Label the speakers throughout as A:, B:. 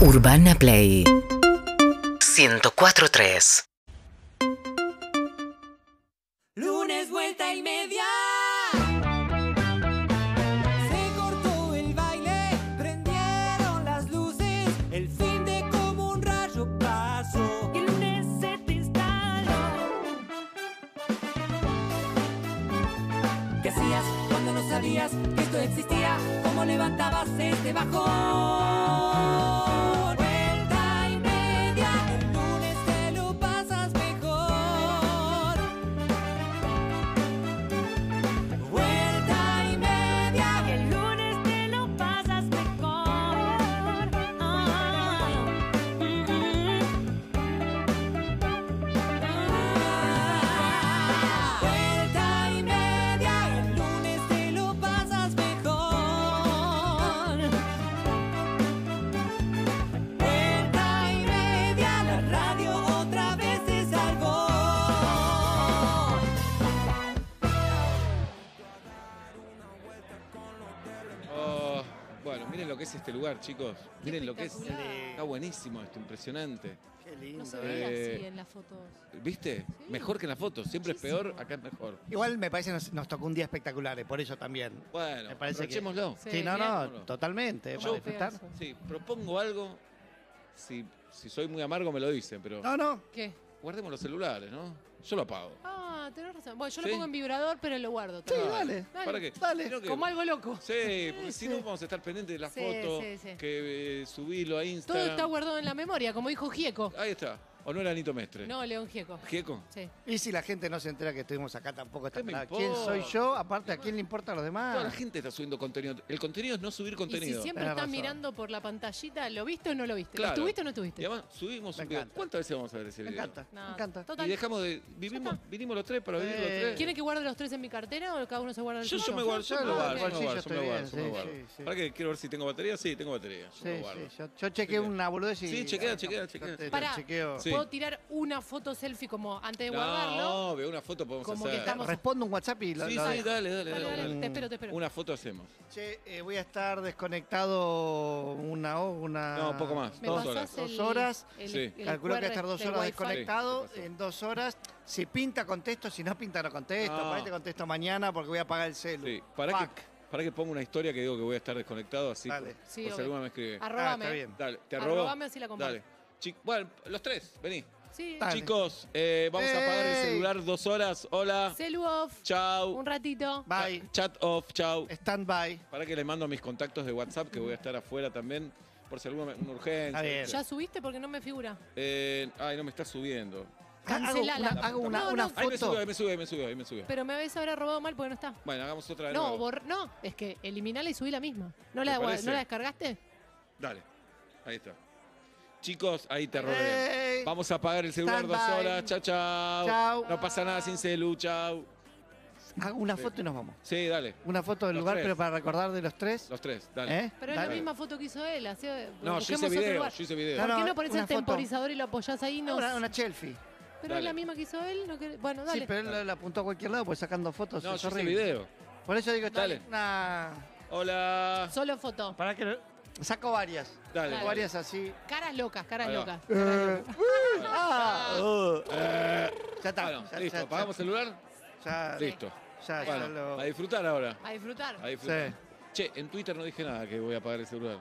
A: Urbana Play 104.3
B: Lunes, vuelta y media. Se cortó el baile, prendieron las luces, el fin de como un rayo pasó.
C: El lunes se te instaló.
B: ¿Qué hacías cuando no sabías que esto existía? ¿Cómo levantabas este bajón? Vuelta y media, el lunes te lo pasas mejor. Vuelta y media,
C: Y el lunes te lo pasas mejor. Ah, mm, mm.
B: Vuelta y media, el lunes te lo pasas mejor. Vuelta y media, la radio otra vez se salvó.
D: Oh, bueno, miren lo que es este lugar, chicos. Miren lo que es. Está buenísimo esto, impresionante.
E: Qué lindo.
F: No se ve
D: Eh,
F: así en las fotos.
D: ¿Viste? Mejor que en la foto. Siempre es peor, acá es mejor.
E: Igual me parece nos, nos tocó un día espectacular, eh, por eso también.
D: Bueno,
E: Me parece que-
D: aprovechémoslo.
E: Sí,
F: Sí,
E: no, no,
D: bien.
E: totalmente. eh,
D: Yo-
E: para disfrutar.
D: Sí, propongo algo. Si, si soy muy amargo me lo dicen, pero
F: Ah.
E: No, no.
F: ¿Qué?
D: guardemos los celulares, ¿no? Yo lo apago.
F: Ah, tenés razón. Bueno, yo
D: Sí.
F: lo pongo en vibrador, pero lo guardo.
E: Sí,
F: también.
E: dale.
F: Dale.
D: ¿Para qué?
E: dale,
D: Creo que-
F: Como algo loco.
D: Sí, porque si
F: sí.
D: no vamos a estar pendientes de la
F: Sí,
D: foto,
F: sí, sí.
D: que eh, subilo a
F: Todo
D: Instagram.
F: está guardado en la memoria, como dijo Gieco.
D: Ahí está. ¿O no era Anito Mestre?
F: No, León Gieco.
D: ¿Gieco?
F: Sí.
E: Y si la gente no se entera que estuvimos acá tampoco está
D: ¿Qué me
E: parada. ¿Quién
D: importa?
E: soy yo? Aparte, ¿a quién le importa a los demás?
D: Toda la gente está subiendo contenido. El contenido es no subir
F: Ah. Y
D: contenido.
F: si siempre
E: Tenés
F: estás
E: razón.
F: mirando por la pantallita, ¿lo viste o no lo viste?
D: Claro.
F: ¿Lo tuviste o no
D: Y
F: tuviste?
D: además subimos
E: Este, Me
D: un video.
E: encanta.
D: ¿Cuántas veces vamos a ver ese
E: Me
D: video?
E: encanta,
F: No,
E: me encanta.
F: Total.
D: Y dejamos de. Vivimos, vinimos los tres para vivir los
E: Eh.
D: tres.
F: ¿Quieren que guarde los tres en mi cartera o cada uno se guarda el
D: Yo, yo
F: suyo?
D: me guardo, yo me
E: Yo lo
D: lo guardo,
E: guardo,
D: yo me lo
E: bolsillo,
D: guardo, yo me lo
E: estoy
D: guardo, yo me lo
E: bien,
D: guardo.
E: sí, sí.
D: ¿Para qué? Quiero ver si tengo batería. Sí, tengo batería. Yo me
E: Sí,
D: lo guardo.
E: sí. Yo, yo chequeé
D: Sí.
E: una boludez y.
D: Sí, chequea, chequea, chequea.
E: Yo te-
F: Pará.
E: chequeo.
D: Sí.
F: ¿Puedo tirar una foto selfie como antes de guardarlo?
D: no, obvio, una foto podemos
F: Como
D: hacer.
F: que estamos-
E: Respondo un WhatsApp y lo.
D: Sí,
E: lo
D: sí,
E: dejo.
D: dale, dale,
F: Dale,
D: dale.
F: dale,
D: una-
F: te espero, te espero.
D: Una foto hacemos.
E: Che, eh, voy a estar desconectado una o una.
D: No, poco más.
F: ¿Me
D: Dos
F: pasás
D: horas.
F: el-
E: Dos horas.
F: el-
D: Sí.
F: el
E: Calculo que voy a
F: QR
E: estar dos
F: del
E: horas
F: Wi-Fi?
E: desconectado,
D: Sí, ¿qué pasó?
E: en dos horas. Si pinta, contesto, si no pinta, no contesto.
D: No.
E: Por ahí te contesto mañana porque voy a pagar el celu.
D: Ah. Sí, para
E: Fuck.
D: que, para que ponga una historia que digo que voy a estar desconectado, así.
E: Dale.
D: por-
F: Sí,
D: por si
F: obvio.
D: alguna me escribe.
F: Arróbame.
E: Ah, está bien.
D: Dale, te arrobo.
F: Arrobame así la comparto.
D: Dale. Chi- bueno, los tres, vení.
F: Sí.
E: Dale.
D: Chicos, eh, vamos a apagar el
E: ¡Ey!
D: celular dos horas. Hola.
F: Celu off.
D: Chau.
F: Un ratito.
E: Va. Bye.
D: Cha- Chat off, chau.
E: Stand by.
D: Para que les mando mis contactos de WhatsApp, que voy a estar afuera también, por si alguna una urgencia.
E: Está bien.
F: ¿Ya subiste? Porque no me figura.
D: Eh, ay, no me está subiendo.
E: Hago una,
F: Cancelala.
E: hago una,
F: No, no,
E: una
D: Ahí me
E: foto.
D: sube, ahí me sube, ahí me sube, ahí me sube.
F: Pero me habéis haber robado mal porque no está.
D: Bueno, hagamos otra de
F: No,
D: nuevo.
F: bor- no, es que eliminala y subí la misma. ¿No la,
D: ¿Te
F: gua-
D: parece?
F: ¿no la descargaste?
D: Dale. Ahí está. Chicos, ahí te arrobo
E: Ey.
D: bien. Vamos a apagar el celular dos
E: Eh. Standby.
D: horas. Chau, chau.
E: Chau.
D: No pasa nada sin celu, chau.
E: Hago una foto y nos vamos.
D: Sí, dale.
E: Una foto del
D: Los
E: lugar,
D: tres.
E: pero para recordar de los tres.
D: Los tres, dale.
E: ¿Eh?
F: Pero es
E: Dale.
F: la misma foto que hizo él. Así,
D: No, yo hice video, yo hice video.
E: No,
F: ¿Por
E: no,
F: qué no pones
E: una
F: el
E: foto.
F: temporizador y lo apoyás ahí? No.
E: Una, una selfie.
F: Pero es
D: Dale.
F: la misma que hizo él. No quer- Bueno, dale.
E: Sí, pero él la- la apuntó a cualquier lado porque sacando fotos
D: No,
E: es
D: yo hice
E: horrible.
D: video.
E: Por eso digo,
D: Dale.
E: dale. Una...
D: Hola.
F: Solo foto.
E: Para que Saco varias.
D: Dale.
E: Saco varias así.
F: Caras locas, caras
D: Ahí va.
F: locas.
D: Eh,
E: Ah, uh. Ya está.
D: Bueno,
E: ya,
D: listo.
E: ya,
D: ¿Apagamos el celular?
E: ya, ya,
D: Listo.
E: ya, Ah, ya
D: Bueno,
E: lo...
D: a disfrutar ahora.
F: A disfrutar.
D: A disfrutar.
E: Sí.
D: Che, en Twitter no dije nada que voy a apagar el celular.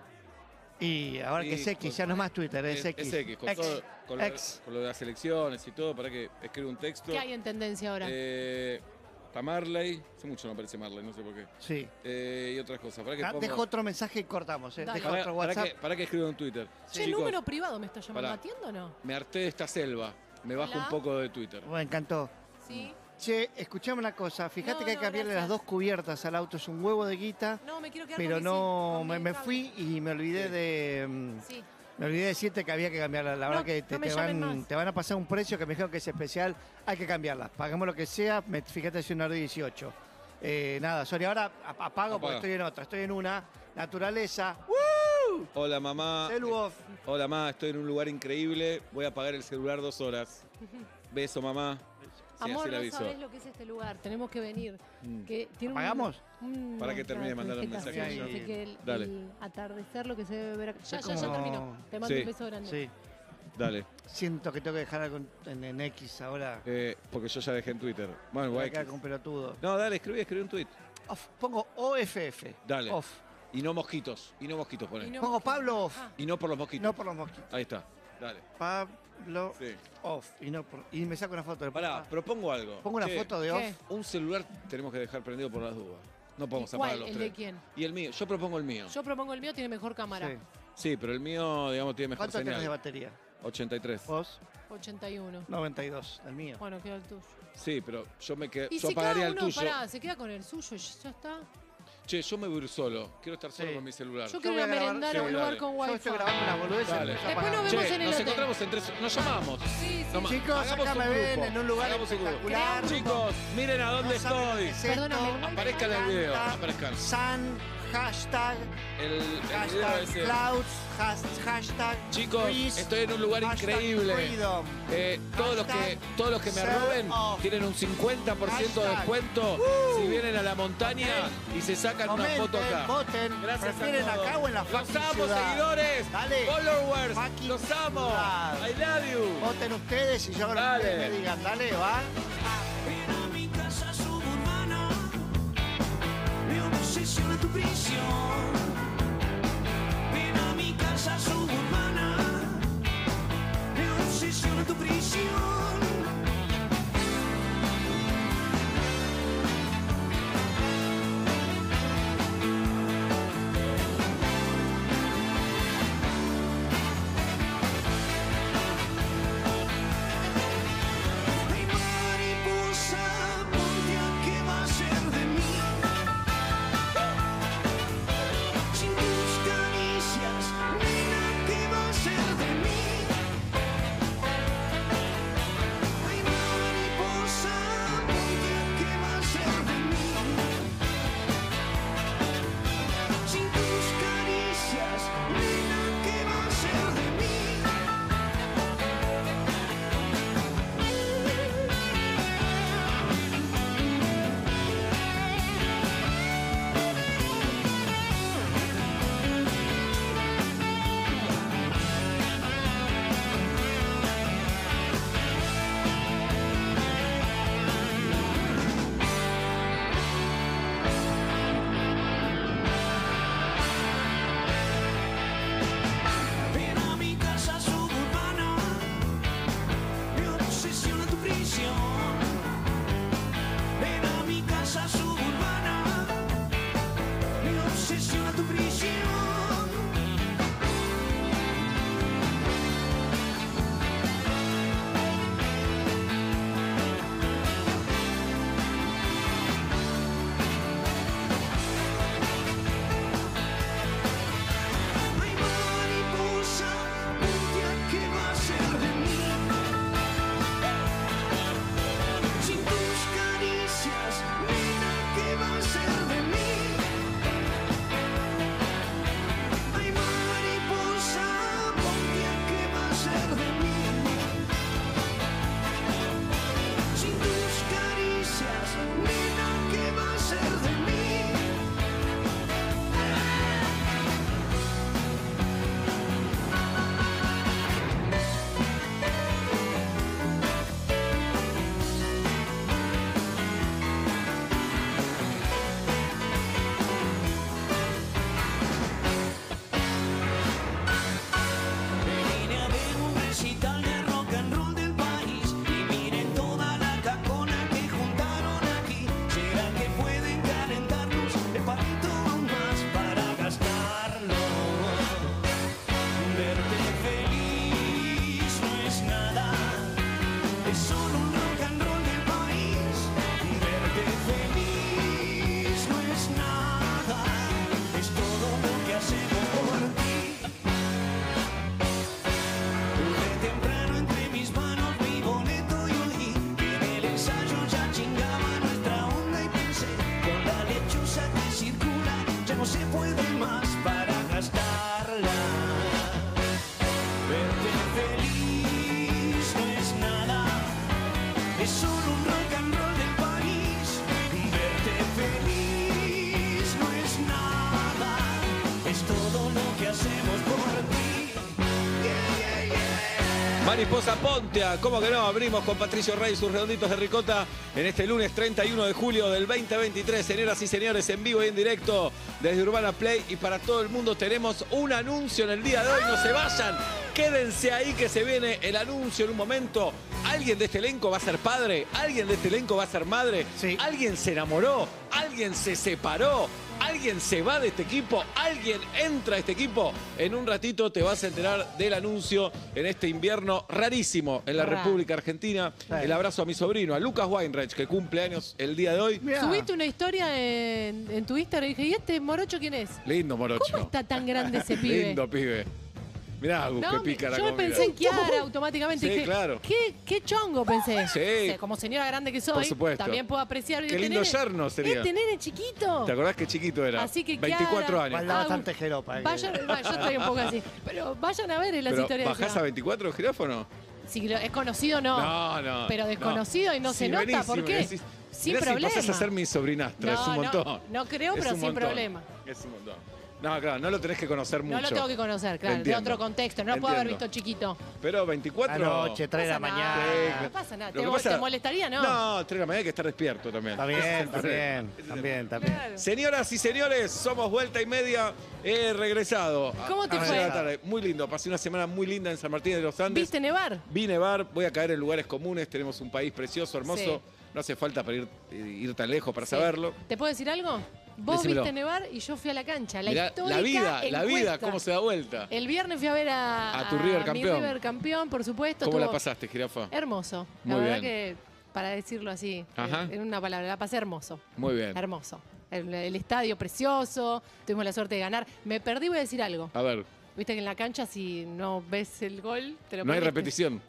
E: Y ahora que es
D: Y
E: X,
D: con-
E: ya no es más Twitter, es
D: Es
E: X.
D: es X, con,
E: X.
D: todo- con lo,
E: X.
D: con lo de las elecciones y todo, para que escriba un texto.
F: ¿Qué hay en tendencia ahora?
D: Eh, está Marley. Hace mucho no aparece Marley, no sé por qué.
E: Sí.
D: Eh, y otras cosas. Para que
E: Ah,
D: ponga-
E: Dejo otro mensaje y cortamos, ¿eh?
F: Dale.
E: Dejo
D: para,
E: otro
D: para
E: WhatsApp.
D: que, para que escriba un Twitter.
F: Che,
D: Chicos,
F: número privado me está llamando.
D: pará.
F: ¿Atiendo o no?
D: Me harté de esta selva. Me bajo
F: Hola.
D: un poco de Twitter.
E: Me encantó.
F: Sí.
E: Che, escuchame una cosa. Fíjate
F: No,
E: que hay
F: no,
E: que abrirle las
F: gracias.
E: dos cubiertas al auto. Es un huevo de guita.
F: No, me quiero quedar
E: pero
F: con mi sim-
E: no,
F: con
E: me,
F: mi
E: me
F: cable.
E: fui y me olvidé
D: Sí.
E: de... mm,
F: Sí.
E: Me olvidé decirte que había que cambiarla. La
F: No,
E: verdad que te,
F: no me
E: te
F: llamen
E: van,
F: más.
E: te van a pasar un precio que me dijeron que es especial. Hay que cambiarla. Paguemos lo que sea. Me, fíjate, es una hora y 18. Eh, nada, sorry. Ahora ap- apago
D: Apaga.
E: porque estoy en otra. Estoy en una. Naturaleza.
F: Uh,
D: Hola, mamá.
E: Celu off.
D: Hola, mamá. Estoy en un lugar increíble. Voy a apagar el celular dos horas. Beso, mamá.
F: Amor,
D: así la
F: no
D: avisó.
F: sabés lo que es este lugar. Tenemos que venir.
D: Mm.
F: Que tiene un-
E: ¿Apagamos?
F: un-
D: Para que termine de mandar un
F: vegetación,
E: mensaje yo.
F: así que el,
D: Dale.
F: el atardecer, lo que se debe ver acá. Ya,
E: Es
F: ya, ya
E: como-
F: terminó. Te mando
D: Sí.
F: un beso grande.
E: Sí.
D: Dale.
E: Siento que tengo que dejar algo en, en- en X ahora.
D: Eh, porque yo ya dejé en Twitter. Bueno,
E: Voy
D: guay.
E: a quedar con pelotudo.
D: No, dale, escribí, escribí un tweet.
E: Off. Pongo OFF.
D: Dale.
E: Off.
D: Y no mosquitos. Y no mosquitos, poné.
F: Y
D: Y no,
F: no-
E: Pongo Pablo off.
F: Ah.
D: por los mosquitos.
E: No por los mosquitos.
D: Ahí está. Dale.
E: Pablo
D: Sí.
E: off. Y, no por- y me saco una foto. Ah. Le pongo-
F: Ah.
D: Pará, propongo algo.
E: Pongo una
D: Che,
E: foto de
F: ¿Qué?
E: off.
D: Un celular tenemos que dejar prendido por las dudas. No podemos
F: ¿Y
D: apagar
F: cuál?
D: los
F: ¿El
D: tres.
F: de quién?
D: Y el mío, yo propongo el mío.
F: Yo propongo el mío, tiene mejor cámara.
E: Sí.
D: Sí, pero el mío, digamos, tiene mejor
E: ¿Cuánto tenés de
D: señal.
E: batería?
D: 83.
E: Vos,
F: 81.
E: 92. El mío.
F: Bueno, queda el tuyo.
D: Sí, pero yo me quedé.
F: Y
D: Eh, Yo
F: si
D: apagaría
F: cada
D: el
F: uno,
D: tuyo.
F: pará, se queda con el suyo y ya está.
D: Che, yo me voy a ir solo. Quiero estar solo
E: Sí.
D: con mi celular.
F: Yo quiero
E: voy
F: ir
E: a
F: a
E: grabar-
F: merendar a
D: Sí,
F: un lugar
D: dale.
F: con
E: Yo
F: wifi.
E: estoy grabando una boludez.
D: Dale.
F: Después nos
D: Che,
F: vemos en el
D: nos
F: hotel.
D: encontramos entre. Nos llamamos.
F: Sí, sí.
D: Toma,
E: Chicos,
D: hagamos
E: acá
D: un
E: me ven
D: grupo.
E: en un lugar
D: Hagamos un grupo.
E: espectacular.
D: Chicos, miren a dónde estoy.
F: Perdóname, igual-
D: Aparezcan en el video.
E: Canta.
D: Aparezcan.
E: San, hashtag,
D: El, el video este.
E: hashtag,
D: ese.
E: clouds, has- hashtag,
D: Chicos,
E: trees,
D: estoy en un lugar
E: hashtag
D: increíble.
E: freedom.
D: Eh, todos, los que,
E: Hashtag
D: todos los que me
E: sell
D: roben
E: off.
D: tienen un 50% de
E: Hashtag. Uh.
D: descuento si vienen a la montaña y se sacan
E: Comenten,
D: una foto acá.
E: voten,
D: Gracias
E: prefieren
D: a todos.
E: acá o en la
D: Los
E: fucking
D: amo,
E: ciudad.
D: seguidores.
E: Dale.
D: Followers.
E: Fucking
D: Los amo.
E: ciudad.
D: I love you.
E: Voten ustedes y yo con
D: Dale.
E: ustedes me digan, dale, va.
A: Ven a mi casa suburbana, me obsesiona tu prisión. Ven a mi casa suburbana, me obsesiona tu prisión. Ay, mariposa, ponte a qué va a ser de mí. Sin
G: Este
D: Mariposa Pontea, ¿cómo que no? Abrimos con Patricio Rey sus redonditos de ricota en este lunes 31 de julio del 2023. Señoras y señores, en vivo y en directo desde Urbana Play y para todo el mundo tenemos un anuncio en el día de hoy. No se vayan, quédense ahí que se viene el anuncio en un momento. ¿Alguien de este elenco va a ser padre? ¿Alguien de este elenco va a ser madre?
E: Sí.
D: ¿Alguien se enamoró? ¿Alguien se separó? ¿Alguien se va de este equipo? ¿Alguien entra a este equipo? En un ratito te vas a enterar del anuncio en este invierno rarísimo en la
F: Raro.
D: República Argentina. El abrazo a mi sobrino, a Lucas Weinreich, que cumple años el día de hoy.
E: Mirá.
F: Subiste una historia en, en tu Instagram y dije, ¿y este morocho quién es?
D: Lindo, morocho.
F: ¿Cómo está tan grande ese pibe?
D: Lindo, pibe. Mirá, Agus, qué
F: No, mi-
D: pícara
F: yo
D: cómo mira.
F: pensé en Kiara automáticamente.
D: Sí,
F: dije,
D: claro.
F: ¿qué, qué chongo pensé.
D: Sí.
F: O sea, como señora grande que soy,
D: Por supuesto.
F: también puedo apreciar.
D: Qué
F: este
D: lindo
F: nene-
D: yerno sería.
F: Este nene chiquito.
D: ¿Te acordás qué chiquito era?
F: Así que
D: 24
F: Kiara-
D: años.
E: Falta
F: Ah,
E: bastante
F: un-
E: jeropa. eh, que-
F: Vayan, bueno, yo estoy un poco así. Pero vayan a ver las
D: Pero,
F: historias. de
D: ¿Bajás
F: esa-
D: a 24 el giráfono?
F: Si lo- es conocido, no.
D: No, no.
F: Pero desconocido y no se nota,
D: buenísimo,
F: ¿por qué?
D: decís,
F: Sin
D: mirá
F: problema.
D: Si pasás a ser mi sobrinastra,
F: No,
D: es un
F: no,
D: montón.
F: no creo,
D: Es
F: pero
D: un
F: sin
D: montón.
F: problema.
D: Es un montón. No, claro, no lo tenés que conocer mucho.
F: No lo tengo que conocer, claro.
D: Entiendo.
F: De otro contexto. No lo puedo haber
D: Entiendo.
F: visto chiquito.
D: Pero 24.
E: Anoche, 3 de la
F: Pasa nada,
E: mañana.
F: No pasa nada.
D: Lo
F: ¿Te,
D: que
F: mo-
D: pasa-
F: te molestaría? No.
D: No, 3 de la mañana hay que estar despierto también.
E: Está
D: Ese es el
E: bien,
D: problema.
E: también, también, también.
F: Claro.
D: Señoras y señores, somos vuelta y media. He regresado. a-
F: ¿Cómo te
D: a las
F: fue?
D: seis de la tarde. Muy lindo. Pasé una semana muy linda en San Martín de los Andes.
F: ¿Viste nevar?
D: Vi nevar, voy a caer en lugares comunes, tenemos un país precioso, hermoso.
F: Sí.
D: No hace falta para ir, eh, ir tan lejos para
F: Sí.
D: saberlo.
F: ¿Te puedo decir algo? Vos
D: Decímelo.
F: viste nevar y yo fui a la cancha. La,
D: Mirá,
F: histórica
D: vida, la vida,
F: encuesta.
D: cómo se da vuelta.
F: El viernes fui a ver a,
D: A tu River
F: mi
D: campeón.
F: River campeón, por supuesto.
D: ¿Cómo la
F: Estuvo
D: pasaste, jirafa?
F: Hermoso.
D: Muy
F: la verdad
D: bien.
F: que, para decirlo así,
D: Ajá.
F: eh, en una palabra, la pasé hermoso.
D: Muy bien.
F: Hermoso. El, el estadio precioso, tuvimos la suerte de ganar. Me perdí, voy a decir algo.
D: A ver,
F: Viste que en la cancha, si no ves el gol, te lo
D: no hay
F: perdiste.
D: repetición.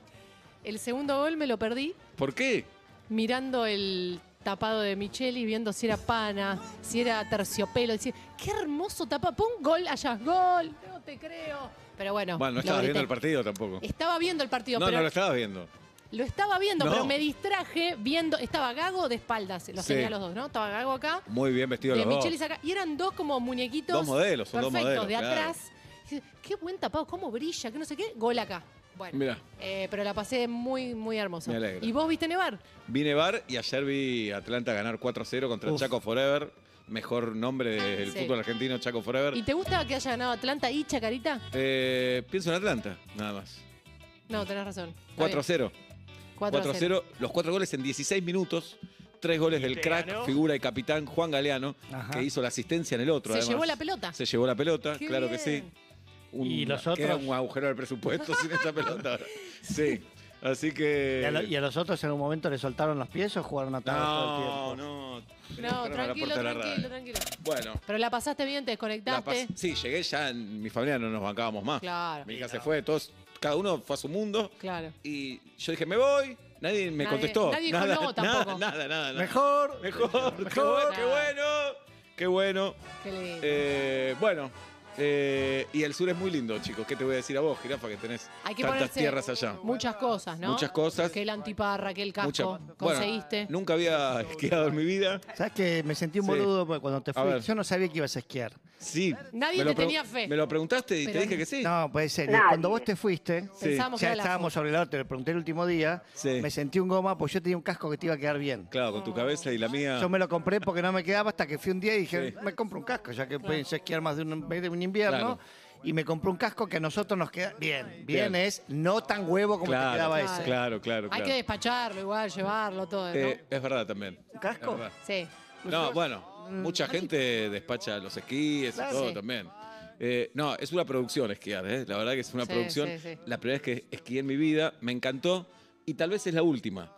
F: El segundo gol me lo perdí
D: ¿Por qué?
F: mirando el tapado de Micheli, viendo si era pana, si era terciopelo. Decir, qué hermoso tapado. Pon gol, allá, gol. No te creo. Pero bueno.
D: Bueno, no
F: lo
D: estabas viendo
F: grité.
D: el partido tampoco.
F: Estaba viendo el partido,
D: No,
F: pero
D: no lo estabas viendo.
F: lo estaba viendo,
D: No.
F: pero me distraje viendo. Estaba Gago de espaldas, los
D: Sí.
F: tenía los dos, ¿no? Estaba Gago acá,
D: Muy bien vestido
F: de
D: los dos.
F: Michelis acá. Y eran dos como muñequitos.
D: Dos modelos, son dos
F: perfectos,
D: modelos,
F: de
D: claro.
F: atrás. Y dice, Qué buen tapado, cómo brilla, que no sé qué. Gol acá. Bueno.
D: Mirá.
F: eh, pero la pasé muy, muy hermoso.
D: Me alegro.
F: ¿Y vos viste nevar?
D: Vi Nevar y ayer vi Atlanta ganar 4-0 contra
E: Uf.
D: Chaco Forever. Mejor nombre del
F: Sí.
D: fútbol argentino, Chaco Forever.
F: Ah, ¿Y te gusta que haya ganado Atlanta y Chacarita?
D: Eh, pienso en Atlanta, nada más.
F: No, tenés razón. Está
D: 4-0.
F: bien.
D: 4-0, los cuatro goles en 16 minutos. Tres goles del crack, figura y capitán Juan Galeano,
E: Ajá.
D: que hizo la asistencia en el otro.
F: Se
D: además.
F: llevó la pelota.
D: Se llevó la pelota,
F: Qué
D: claro que sí.
F: bien.
D: Un-
E: ¿Y los
D: Queda
E: otros?
D: un agujero del presupuesto sin esa pelota. Sí, así que...
E: ¿Y a, lo- y a los otros en un momento le soltaron los pies o jugaron a todo, todo el tiempo?
D: no, no. Entraron a
F: No,
D: la
F: tranquilo,
D: puerta de la radio.
F: tranquilo, tranquilo.
D: Bueno.
F: Pero la pasaste bien,
D: la
F: te desconectaste.
D: pas- sí, llegué ya, en- mi familia no nos bancábamos más.
F: Claro.
D: Mi hija se fue, todos, cada uno fue a su mundo.
F: Claro.
D: Y yo dije, me voy. Nadie me
F: Nadie-
D: contestó.
F: nadie dijo
D: nada,
F: no
D: Nada,
F: tampoco.
D: nada, nada. nada.
E: Mejor.
D: Mejor, qué
E: Mejor.
D: bueno, qué bueno. Qué bueno.
F: Qué lindo.
D: Eh, bueno, eh, y el sur es muy lindo, chicos. ¿Qué te voy a decir a vos, jirafa, que tenés
F: Hay que
D: tantas
F: ponerse
D: tierras allá?
F: Muchas cosas, ¿no?
D: Muchas cosas.
F: Que el antiparra, que el casco.
D: Mucha-
F: Conseguiste.
D: Bueno, nunca había esquiado en mi vida.
E: ¿Sabes que Me sentí un
D: Sí.
E: boludo porque cuando te
D: A ver.
E: fui, yo no sabía que ibas a esquiar.
D: Sí.
F: Nadie
D: me lo
F: te
D: pregu-
F: tenía fe.
D: Me lo preguntaste y te
F: Pero-
D: dije que sí.
E: No, puede ser. Y
H: Nadie.
E: Cuando vos te fuiste,
D: Sí.
F: Pensábamos que
E: ya
F: era la
E: estábamos sobre el lado, te lo pregunté el último día,
D: Sí.
E: me sentí un goma, pues yo tenía un casco que te iba a quedar bien.
D: Claro, con tu cabeza y la mía.
E: Yo me lo compré porque no me quedaba hasta que fui un día y dije,
D: Sí.
E: me compro un casco, ya que pensé esquiar más de un, de un invierno.
D: Claro.
E: Y me compré un casco que a nosotros nos queda bien. Bien,
D: Bien.
E: es no tan huevo como
D: claro,
E: te quedaba
D: claro,
E: ese.
D: Claro, claro,
F: Hay
D: claro.
F: que despacharlo igual, llevarlo todo, ¿no?
D: Eh, es verdad también.
E: ¿Un casco?
D: Es verdad.
F: sí.
D: No, bueno, mucha gente despacha los esquíes y
F: Mm. Claro.
D: todo
F: Sí.
D: también. Eh, no, es una producción esquiar, ¿eh? la verdad que es una
F: Sí,
D: producción.
F: sí, sí.
D: La primera vez que esquié en mi vida, me encantó y tal vez es la última.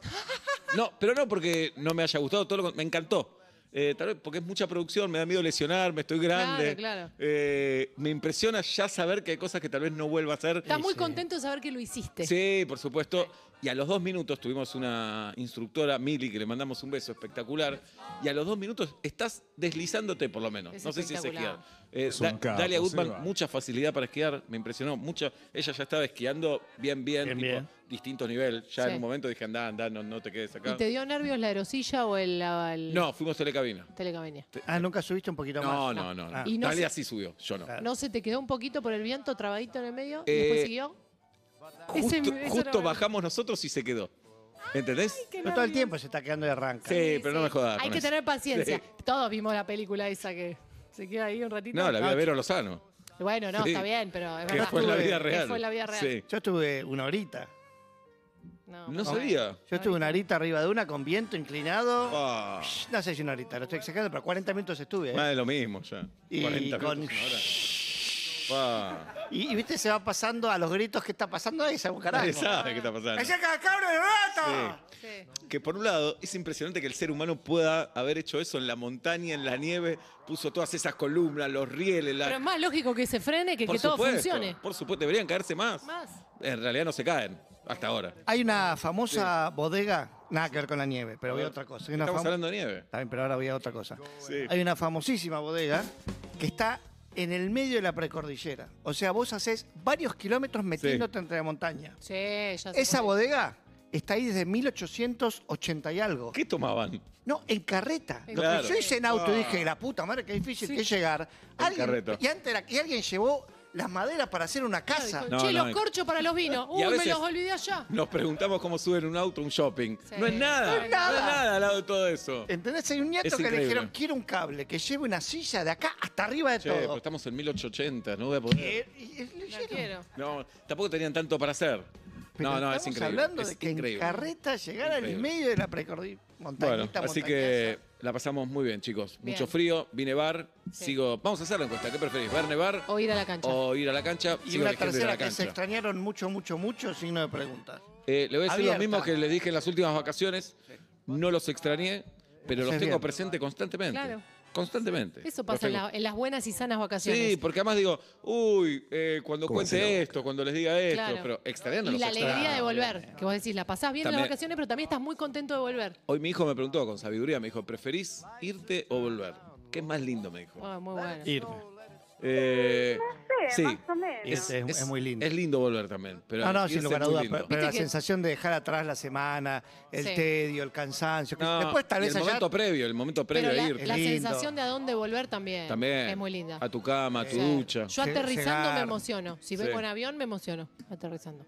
D: No, pero no porque no me haya gustado, todo lo con- me encantó. Eh, tal vez porque es mucha producción, me da miedo lesionarme, estoy grande.
F: Claro, claro.
D: Eh, me impresiona ya saber que hay cosas que tal vez no vuelva a hacer.
F: Estás muy contento de saber que lo hiciste.
D: Sí, por supuesto. Y a los dos minutos tuvimos una instructora, Mili, que le mandamos un beso espectacular. Y a los dos minutos estás deslizándote, por lo menos.
F: Es
D: no sé si es esquiar.
F: espectacular.
D: Eh,
I: Es un
D: Da-
I: capo,
D: Dalia Goodman,
I: Seba.
D: mucha facilidad para esquiar. Me impresionó mucho. Ella ya estaba esquiando bien, bien,
E: Bien,
D: tipo,
E: bien.
D: distinto nivel. Ya en
F: Sí.
D: un momento dije, andá, andá, no, no te quedes
F: ¿Y
D: acá.
F: te dio nervios la aerosilla o el, el
D: No, fuimos telecabina.
F: telecabina?
E: Ah, nunca subiste un poquito
D: No,
E: más.
D: no, no. no.
E: Ah.
F: Y no
D: Dalia
F: se-
D: sí subió, yo no.
E: Claro.
F: ¿No se te quedó un poquito por el viento trabadito en el medio? ¿Y
D: Eh,
F: después siguió? Ese-
D: Justo,
F: ese
D: justo
F: era-
D: bajamos nosotros y se quedó. ¿Entendés?
F: que
E: Pero
F: no
E: todo el
F: vi.
E: tiempo se está quedando de arranca.
D: Sí, pero no me jodas.
F: Hay
D: con
F: que
D: eso.
F: tener paciencia.
D: Sí.
F: Todos vimos la película esa que se queda ahí un ratito.
D: No, la vi a
E: Nacho.
D: Vero Lozano.
F: Bueno, no,
D: Sí.
F: está bien, pero es
D: Que
F: verdad.
D: fue en la vida
E: Que
D: real.
F: fue en la vida real.
D: Sí.
E: Yo estuve una horita.
F: No,
D: No
F: bueno.
D: sabía.
E: Yo estuve una horita arriba de una con viento inclinado.
D: Ah,
E: No sé si una horita, lo estoy exagerando, pero 40 minutos estuve. ¿eh?
D: más de lo mismo ya.
E: Y
D: 40
E: con-
D: minutos, una hora. Ah,
E: Y, y, viste, se va pasando a los gritos que está pasando esa
D: Nadie
E: carajo.
D: sabe qué está pasando.
E: ¡Ese ca- cabro de rato!
F: Sí.
D: Que por un lado es impresionante que el ser humano pueda haber hecho eso en la montaña, en la nieve, puso todas esas columnas, los rieles, la...
F: Pero es más lógico que se frene que
D: Por
F: que todo
D: supuesto,
F: funcione.
D: Por supuesto, deberían caerse más.
F: Más.
D: En realidad no se caen, hasta ahora.
E: Hay una famosa bodega, nada que ver con la nieve, pero voy a
D: ver,
E: otra cosa. Hay una
D: Estamos
E: fam-
D: hablando de nieve.
E: Está bien, pero ahora voy a otra cosa.
D: Sí.
E: Hay una famosísima bodega que está en el medio de la precordillera. O sea, vos haces varios kilómetros metiéndote entre la montaña.
F: Sí, ya sé
E: Esa
F: por
E: bodega está ahí desde 1880 y algo.
D: ¿Qué tomaban?
E: No, en carreta. Lo
D: Claro. Ah.
E: que yo hice en auto y dije, la puta madre, qué difícil que es llegar.
D: En carreta.
E: y antes era que alguien llevó las maderas para hacer una casa.
F: qué.
D: No,
F: che,
D: no,
F: los
D: y-
F: corchos para los vinos.
D: Y
F: Uy,
D: a
F: me
D: veces-
F: los olvidé allá.
D: Nos preguntamos cómo suben un auto, un shopping.
F: Sí.
D: No es nada,
F: No
D: no
F: es
D: es
F: nada.
D: nada al lado de todo eso.
E: ¿Entendés? Hay un nieto
D: Es
E: que le
D: increíble.
E: dijeron, quiero un cable que lleve una silla de acá hasta arriba de
D: Che, pero
E: todo.
D: pues estamos en 1880, no voy a poder.
E: Eh, y- y lo
F: No
E: hicieron.
F: quiero.
D: No, tampoco tenían tanto para hacer.
E: Pero
D: no, no, es
E: estamos
D: increíble.
E: hablando
D: es
E: de que
D: increíble.
E: en carreta llegar al
D: Increíble.
E: medio de la precordillera. Montañita,
D: Bueno, así
E: montañosa.
D: que la pasamos muy bien, chicos.
F: Bien.
D: Mucho frío, vine bar,
F: Sí.
D: sigo. Vamos a hacer la encuesta, ¿qué preferís? ¿Ver nevar
F: O ir a la cancha.
D: o ir a la cancha?
E: Y
D: Sigo eligiendo ir
E: una
D: a
E: tercera
D: la
E: que se
D: cancha.
E: extrañaron mucho, mucho, mucho, signo de preguntas.
D: Eh, le voy a decir
E: Abierta.
D: lo mismo que les dije en las últimas vacaciones. No los extrañé, pero los
E: Haces
D: tengo
E: bien.
D: presente constantemente.
F: Claro.
D: Constantemente.
F: Eso
D: Los
F: pasa en,
D: tengo.
F: la- en las buenas y sanas vacaciones.
D: Sí, porque además digo, uy, eh, cuando
H: ¿Cómo se
D: cuente
H: enoja?
D: esto, cuando les diga esto,
F: Claro.
D: pero extrañando
F: y
D: los
F: la alegría de
D: extraño.
F: volver. Que vos decís, la pasás bien en las
D: También-
F: vacaciones, pero también estás muy contento de volver.
D: Hoy mi hijo me preguntó con sabiduría, me dijo, ¿preferís irte o volver? ¿Qué es más lindo? Me dijo.
F: Ah, muy bueno.
E: Irme.
D: Eh,
I: sé, más o menos.
E: Ese es- es muy lindo.
D: Es lindo volver también. Pero
E: No, no,
D: irse
E: sin lugar a
D: es muy
E: dudas.
D: lindo.
E: Pero, pero la
F: Viste que-
E: sensación de dejar atrás la semana, el
F: Sí.
E: tedio, el cansancio. que-
D: No,
E: Después tal
D: y
E: vez
D: el
E: allá.
D: momento previo, el momento previo
F: Pero
D: de
F: la,
D: irte.
F: la
E: Qué lindo.
F: sensación de a dónde volver también,
D: También.
F: es muy linda.
D: A tu cama, a tu
F: Sí.
D: ducha.
F: Yo
E: Lle-
F: aterrizando me
E: llegar.
F: emociono.
D: Sí.
F: Si vengo en avión, me emociono. Aterrizando.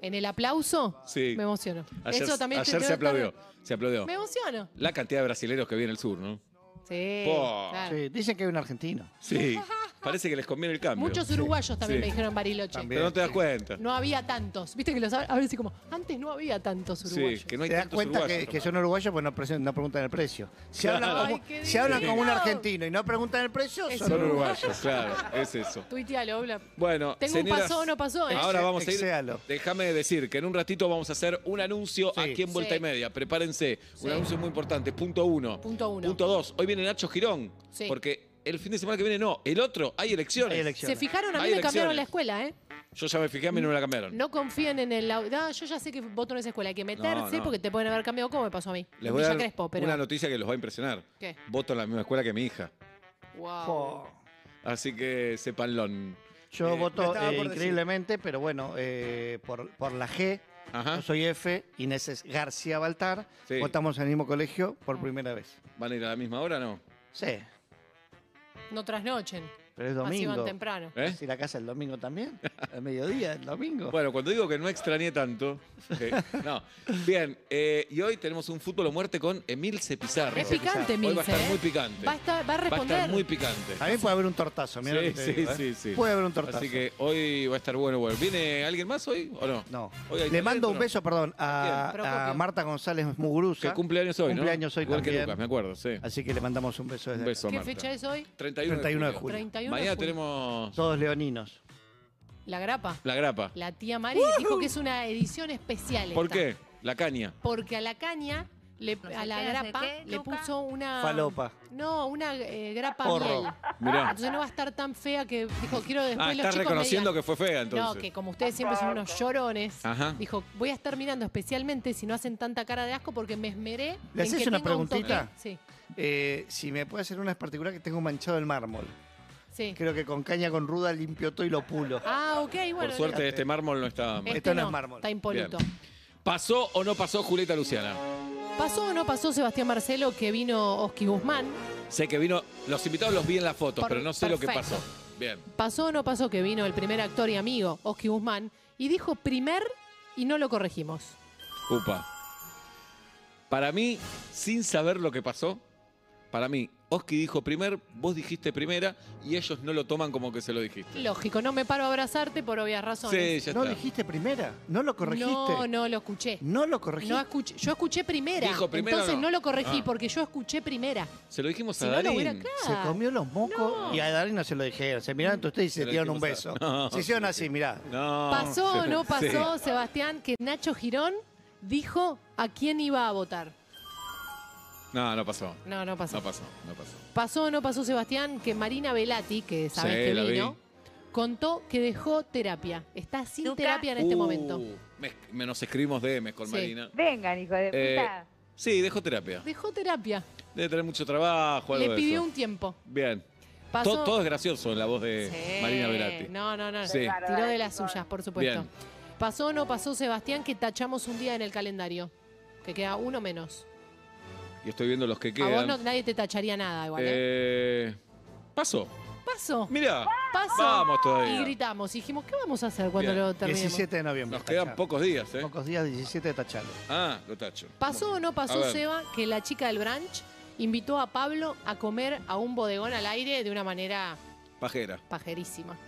F: En el aplauso,
D: Sí.
F: me emociono.
D: Ayer,
F: Eso también
D: ayer
F: te-
D: se
F: te-
D: aplaudió. Se aplaudió.
F: Me emociono.
D: La cantidad de brasileros que vi en el sur, ¿no?
F: Sí.
D: Po.
F: claro.
E: Sí, dicen que hay un argentino.
D: Sí. Parece que les conviene el cambio.
F: Muchos uruguayos también
D: Sí.
F: me dijeron Bariloche.
E: También.
D: Pero no te das cuenta.
F: No había tantos. Viste que los hab- ahora sí como, antes no había tantos uruguayos.
D: sí, que no hay
E: Te das
D: tantos
E: cuenta que,
D: uruguayos.
E: que son uruguayos pues no, presen- no preguntan el precio. Si
D: Claro.
E: hablan, como,
F: Ay, qué
E: si hablan
F: divino.
E: como un argentino y no preguntan el precio,
F: Es
E: son
D: Son
E: uruguayos.
D: uruguayos, claro, es eso.
F: Tuitealo, Oblap.
D: Bueno,
F: Tengo un
D: señoras,
F: pasó o no pasó, ¿eh?
D: Ahora vamos a ir.
E: Exéalo.
D: Déjame decir que en un ratito vamos a hacer un anuncio
E: Sí.
D: aquí en Vuelta
F: Sí.
D: y Media. Prepárense.
F: Sí.
D: Un anuncio muy importante. Punto uno.
F: Punto uno.
D: Punto dos. Hoy viene Nacho Girón.
F: Sí.
D: Porque el fin de semana que viene no. El otro, hay elecciones.
E: Hay elecciones.
F: Se fijaron, a mí
D: Hay
F: me cambiaron
D: elecciones.
F: la escuela, ¿eh?
D: Yo ya me fijé, a mí no me la cambiaron.
F: No confíen en el... au- Ah, yo ya sé que voto en esa escuela. Hay que meterse
D: no.
F: porque te pueden haber cambiado como me pasó a mí.
D: Les
F: En
D: voy a
F: Villa
D: dar
F: Crespo, pero...
D: una noticia que los va a impresionar.
F: ¿Qué?
D: Voto en la misma escuela que mi hija.
F: Wow.
E: Po.
D: Así que sepanlón.
E: Yo
D: Eh,
E: voto
D: estaba
E: eh,
D: por decir.
E: increíblemente, pero bueno, eh, por, por la G.
D: Ajá.
E: Yo soy F, Inés es García Baltar.
D: Ah. Sí.
E: Votamos en el mismo colegio por primera vez.
D: ¿Van a ir a la misma hora no?
E: Sí,
F: No trasnochen.
E: pero es
F: Así van
E: domingo.
F: temprano.
D: ¿Eh?
E: ¿Vas a ir a casa el domingo también? ¿Al mediodía, el domingo?
D: Bueno, cuando digo que no extrañé tanto. eh, no. Bien, eh, y hoy tenemos un fútbol o muerte con Emilce Pizarro.
F: Es picante,
D: Hoy va a
F: Milce,
D: estar
F: ¿eh?
D: muy picante.
F: Va a, estar- va a
D: Va a
F: responder.
D: estar muy picante.
E: A mí puede haber un tortazo, mira
D: Sí, sí, sí, sí.
E: ¿eh? Puede haber un tortazo.
D: Así que hoy va a estar bueno, bueno. ¿Viene alguien más hoy o no?
E: No.
D: Hoy hay
E: Le
D: talento,
E: mando un
D: ¿no?
E: beso, perdón, a,
F: Bien.
E: a
F: Procopio.
E: Marta González Muguruza.
D: Que cumpleaños hoy, ¿no?
E: Cumpleaños hoy
D: Igual que
E: también.
D: Lucas, me acuerdo, sí.
E: Así que le mandamos un beso
D: Un
E: desde acá.
D: beso a
F: ¿Qué
D: Marta.
F: fecha es hoy?
D: 31,
E: 31 de
D: de julio.
E: julio.
F: 31 de
D: Mañana
F: julio.
D: tenemos
E: Todos leoninos.
F: La grapa.
D: la grapa.
F: La tía Mari dijo que es una edición especial.
D: ¿Por
F: esta.
D: qué? La caña.
F: Porque a la caña, le-
C: sé
F: a la
C: qué, no sé
F: grapa,
C: qué,
F: le
C: Luca.
F: puso una.
E: Falopa.
F: No, una eh, grapa
E: Porro.
F: miel.
D: Mirá.
F: Entonces no va a estar tan fea que dijo, quiero después
D: Ah,
F: Ah, los
D: estás
F: chicos
D: reconociendo
F: me
D: que
F: digan.
D: fue fea
F: No,
D: entonces.
F: que como ustedes siempre son unos llorones,
D: Ajá.
F: dijo, voy a estar mirando especialmente si no hacen tanta cara de asco porque me esmeré.
E: ¿Le
F: en
E: haces
F: que
E: una
F: tenga un toque".
E: preguntita?
F: Sí,
E: Eh, si me puede hacer una particular que tengo manchado el mármol.
F: sí.
E: Creo que con caña con ruda limpio todo y lo pulo.
F: Ah, ok, bueno.
D: Por suerte este mármol no está...
F: este
E: esto no es mármol.
F: Está impoluto.
D: Bien. ¿Pasó o no pasó Julieta Luciana?
F: ¿Pasó o no pasó Sebastián Marcelo que vino Oski Guzmán?
D: Sé que vino... Los invitados los vi en las fotos,
F: Por-
D: pero no sé lo que
F: perfecto.
D: pasó. Bien.
F: Pasó o no pasó que vino el primer actor y amigo, Oski Guzmán, y dijo primer y no lo corregimos.
D: Upa. Para mí, sin saber lo que pasó, para mí, Oski dijo primer, vos dijiste primera y ellos no lo toman como que se lo dijiste.
F: Lógico, no me paro a abrazarte por obvias
D: Sí,
F: razones.
D: ya
E: no
D: está.
E: dijiste primera, no lo corregiste.
F: no, no lo escuché.
E: No lo corregiste.
F: No escuché- yo escuché primera.
D: ¿Dijo primero
F: entonces
D: o no?
F: no? lo corregí
D: Ah.
F: porque yo escuché primera.
D: Se lo dijimos
F: Si
D: a
F: no, lo
D: Darín.
F: hubiera
E: Se
F: claro.
E: comió los mocos
F: No.
E: y a Darín no se lo dijeron. Se miraron entre ustedes y
D: Se
E: se
D: Mm. lo
E: dieron un
D: dijimos a-
E: beso.
D: No.
E: se hicieron así, mirá.
D: No.
F: ¿Pasó o no
D: Sí.
F: pasó, Sebastián, que Nacho Girón dijo a quién iba a votar?
D: No, no pasó.
F: No, no pasó.
D: No pasó, no pasó.
F: Pasó o no pasó, Sebastián, que Marina Velati, que sabes
D: Sí, la
F: que
D: vi.
F: vino, contó que dejó terapia. Está sin
H: Tuca.
F: terapia en este
D: Uh,
F: momento.
D: me- me- nos escribimos DMs con
F: Sí.
D: Marina.
H: Vengan, hijo de
D: Eh,
H: puta.
D: sí, dejó terapia.
F: Dejó terapia.
D: Debe tener mucho trabajo, algo
F: Le
D: de
F: pidió
D: eso.
F: un tiempo.
D: Bien. To-
F: Pasó.
D: Todo, es gracioso en la voz de
F: Sí.
D: Marina Velati.
F: No, no, no.
D: Sí.
F: Tiró
E: eh,
F: de las suyas, por supuesto.
D: Bien.
F: Pasó o no pasó, Sebastián, que tachamos un día en el calendario. Que queda uno menos.
D: Y estoy viendo los que
F: A vos
D: quedan.
F: no, nadie te tacharía nada igual. ¿eh?
D: Eh, pasó.
F: Pasó.
D: Mirá,
F: Pasó.
D: vamos
F: Y
D: todavía.
F: gritamos. Y dijimos, ¿qué vamos a hacer cuando
D: Bien.
F: lo terminemos?
E: 17 de noviembre.
D: Nos quedan
E: tachá.
D: pocos días, ¿eh?
E: Pocos días, 17 de tachalo.
D: Ah, lo tacho.
F: ¿Pasó o no
D: A
F: pasó,
D: ver.
F: Seba, que la chica del branch invitó a Pablo a comer a un bodegón al aire de una manera
D: Pajera.
F: pajerísima?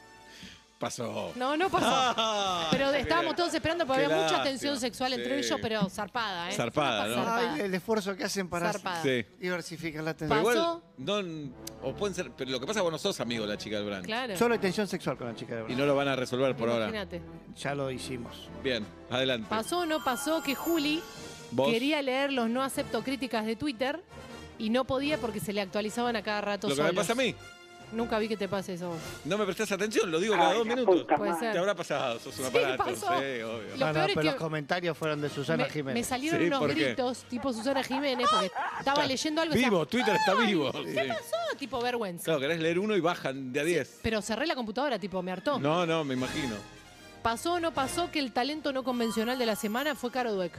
D: Pasó.
F: No, no pasó.
D: Ah,
F: pero
D: qué
F: estábamos
D: bien.
F: todos esperando porque
D: Qué
F: había mucha
D: lástima.
F: tensión sexual entre
D: Sí.
F: ellos, pero zarpada, ¿eh?
D: Zarpada,
F: Fue
D: ¿no?
F: una zarpada.
E: Ay, eh, el esfuerzo que hacen para
F: Zarpada.
D: Sí.
E: diversificar la
D: Pero
E: atención.
D: igual,
F: Pasó.
D: no, o pueden ser, pero lo que pasa es que vos no sos amigo de la chica del brand.
F: Claro.
E: Solo hay tensión sexual con la chica de
D: Y
E: verdad.
D: no lo van a resolver por ahora.
F: Imagínate.
E: Ya lo hicimos.
D: Bien, adelante.
F: Pasó o no pasó que Juli
D: Vos,
F: quería leer los no acepto críticas de Twitter y no podía porque se le actualizaban a cada rato
D: lo que me
F: solos.
D: pasa a mí,
F: Nunca vi que te pase eso. a vos.
D: no me prestás atención, lo digo cada dos minutos.
F: Puede ser.
D: Te habrá pasado, sos un
F: Sí,
D: aparato.
F: pasó.
D: Sí, obvio.
F: Lo
E: No, no,
F: peor es
E: pero
F: que-
E: los comentarios fueron de
F: me,
E: Susana
F: me
E: Jiménez.
F: salieron
D: Sí,
F: unos
D: ¿por qué?
F: gritos, tipo Susana Jiménez, porque estaba leyendo algo y
D: Vivo, Twitter está vivo.
F: decía,
D: Sí.
F: ¿qué pasó? Tipo vergüenza.
D: Claro, querés leer uno y bajan de a 10.
F: Pero cerré la computadora, tipo, me hartó.
D: No, no, me imagino.
F: ¿Pasó o no pasó que el talento no convencional de la semana fue Caro Dweck?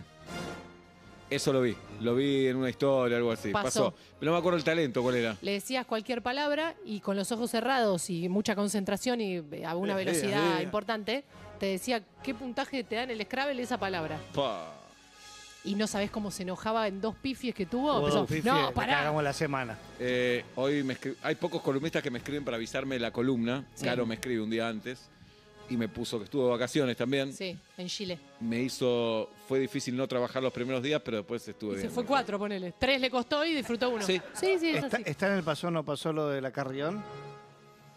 D: Eso lo vi. Lo vi en una historia, algo así. Pasó.
F: Pasó.
D: Pero no me acuerdo el talento, ¿cuál era?
F: Le decías cualquier palabra y con los ojos cerrados y mucha concentración y eh, a una
D: Eh, eh,
F: velocidad
D: eh.
F: importante, te decía qué puntaje te da en el Scrabble esa palabra.
D: Pa.
F: Y no sabés cómo se enojaba en dos pifies que tuvo.
E: Wow,
F: Empezó,
E: Fifi,
F: no,
E: le
F: pará.
E: cagamos la semana.
D: Eh, hoy me escri- hay pocos columnistas que me escriben para avisarme la columna.
F: Sí.
D: Caro me escribe un día antes y me puso que estuvo de vacaciones también.
F: Sí, en Chile.
D: Me hizo. Fue difícil no trabajar los primeros días, pero después estuve
F: Y se
D: bien.
F: fue cuatro, ponele. Tres le costó y disfrutó uno.
D: Sí.
F: sí, sí, es
E: Está,
F: así.
E: está en el pasó o no pasó lo de la Carrión?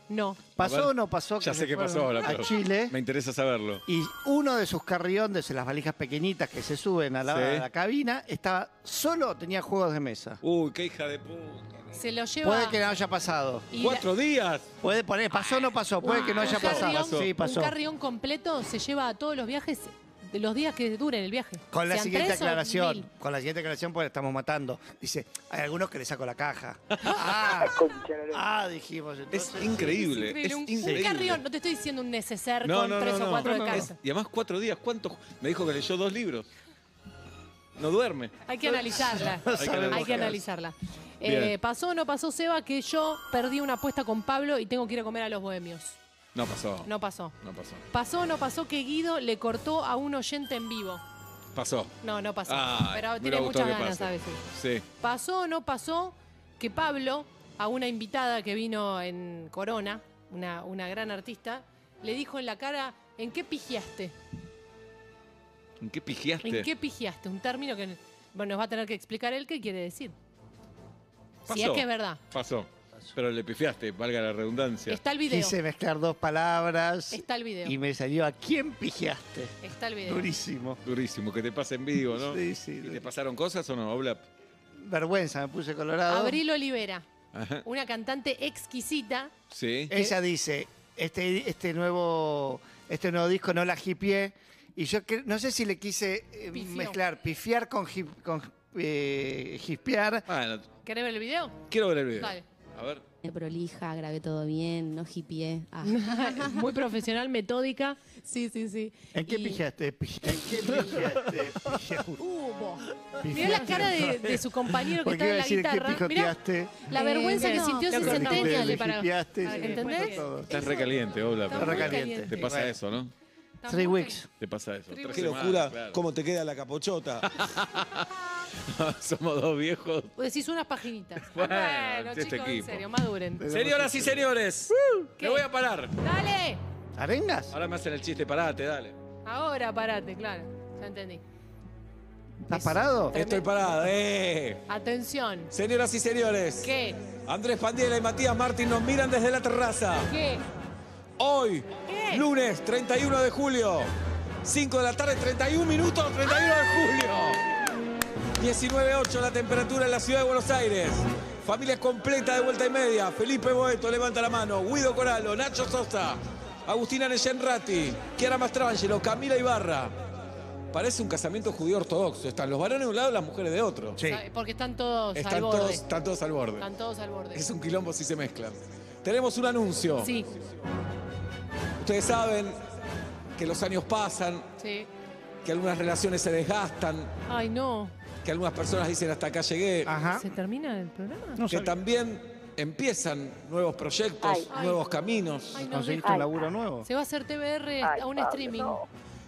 F: No.
D: A ver,
E: ¿Pasó o no pasó?
D: ya
E: se
D: sé qué
E: fueron
D: pasó ahora,
E: A
D: pero-
E: Chile.
D: Me interesa saberlo.
E: Y uno de sus carrión, de las valijas pequeñitas que se suben a la,
D: Sí.
E: a la cabina, estaba solo, tenía juegos de mesa.
D: Uy, qué hija de puta.
F: Se lo lleva.
E: Puede que no haya pasado.
F: y la-
D: ¡Cuatro días!
E: Puede poner, pasó o no pasó, puede que no haya
F: Ah, un carrión-
E: pasado. Sí, pasó.
F: Un carrión completo se lleva a todos los viajes, de los días que duren el viaje.
E: Con la
F: Sean
E: siguiente
F: tres o
E: aclaración,
F: mil.
D: Eh,
E: con la siguiente aclaración, pues la estamos matando. Dice, hay algunos que le saco la caja. ah, ah, dijimos.
D: Es
E: Entonces,
D: increíble. Es
F: un, un
D: increíble.
F: carrión, no te estoy diciendo un neceser con tres o cuatro de
D: Es-
F: casa.
D: y además cuatro días, ¿cuántos? Me dijo que leyó dos libros. No duerme.
F: Hay que analizarla.
D: que analizarla.
F: Hay que analizarla.
D: Bien.
F: Eh, pasó o no pasó, Seba, que yo perdí una apuesta con Pablo y tengo que ir a comer a los bohemios.
D: No pasó.
F: No pasó.
D: No pasó.
F: Pasó o no pasó que Guido le cortó a un oyente en vivo.
D: Pasó.
F: No, no pasó.
D: Ay, me
F: Pero tiene
D: hubiera gustado
F: muchas
D: que
F: ganas
D: pase.
F: a veces.
D: Sí.
F: ¿Pasó o no pasó que Pablo, a una invitada que vino en Corona, una, una gran artista, le dijo en la cara, ¿en qué pigiaste?
D: ¿En qué pigiaste?
F: ¿En qué pigiaste? Un término que bueno, nos va a tener que explicar él qué quiere decir. Si
D: Pasó.
F: es que es verdad.
D: Pasó. Pero le pifiaste, valga la redundancia.
F: Está el video.
E: Quise mezclar dos palabras
F: Está el video.
E: y me salió, ¿a quién pijeaste?
F: Está el video.
E: Durísimo.
D: Durísimo, que te pase en vivo, ¿no?
E: Sí, sí.
D: ¿Y te pasaron cosas o no, Oblap?
E: Vergüenza, me puse colorado.
F: Abril Olivera,
D: Ajá. Eh.
F: una cantante exquisita.
D: Sí.
E: Ella dice, este, este, nuevo, este nuevo disco no la hipié. Y yo cre- no sé si le quise eh,
F: Pifió.
E: mezclar pifiar con, hip- con eh, hipear.
D: Bueno,
F: ¿Querés ver el video?
D: quiero ver el video.
F: Dale.
D: A
J: A ver.
H: prolija, grabé todo bien, no hippie. Ah.
F: Muy profesional, metódica.
H: Sí, sí, sí.
E: ¿En qué
H: Y-
E: pijaste? Pij- ¿En qué pijaste? Pijaste.
H: Hubo.
F: Mirá la cara de, de su compañero que
E: Porque
F: está
E: iba a
F: en la
E: decir ¿en qué
F: guitarra. Mirá
E: pijoteaste?
F: la
H: Eh,
F: vergüenza que
H: no.
F: sintió
H: Te
E: Con
F: ese
E: el
H: acordás
F: centennial
E: de
F: para.
E: pijaste,
H: para-
E: sí.
F: ¿Entendés?
E: Todo.
J: Estás recaliente, Obla.
F: Está
J: pero
E: muy
F: caliente.
J: Te pasa eso, ¿no?
F: Está
E: Three
F: muy
E: weeks.
J: Te pasa eso. Tres
D: Qué
J: semanas,
D: locura,
J: claro.
D: cómo te queda la capochota.
J: Somos dos viejos.
F: Vos decís unas paginitas.
J: Bueno,
F: Bueno,
J: este
F: chicos, en
J: equipo.
F: serio, maduren.
J: Señoras y señores,
F: ¿Qué?
J: me voy a parar.
F: Dale,
E: ¿Arengas?
J: Ahora me hacen el chiste, parate, dale.
F: ahora parate, claro. Ya entendí.
E: ¿Estás parado?
D: Estoy parada, eh.
F: Atención.
D: Señoras y señores,
F: ¿Qué?
D: Andrés Pandiela y Matías Martín nos miran desde la terraza.
F: ¿Qué?
D: Hoy,
F: ¿Qué?
D: lunes 31 de julio, 5 de la tarde, 31 minutos, 31 de julio. 19.8 la temperatura en la ciudad de Buenos Aires. Familia completa de vuelta y media. Felipe Boeto levanta la mano. Guido Coralo, Nacho Sosa, Agustina Neyenrati, Chiara Mastrangelo, Camila Ibarra. Parece un casamiento judío ortodoxo. Están los varones de un lado y las mujeres de otro.
E: Sí.
F: Sabe- Porque están todos al
D: Están
F: borde.
D: todos, están todos al borde.
F: Están todos al borde.
D: Es un quilombo si se mezclan. Tenemos un anuncio.
F: Sí,
D: Ustedes saben que los años pasan,
F: sí.
D: que algunas relaciones se desgastan,
F: Ay, no.
D: que algunas personas dicen hasta acá llegué,
E: Ajá.
F: ¿Se termina el programa?
E: No
D: que
E: sabía.
D: también empiezan nuevos proyectos,
F: Ay.
D: nuevos caminos,
F: Ay, no.
E: ¿Conseguiste
F: deja.
E: un laburo nuevo?
F: Se va a hacer TBR a un streaming.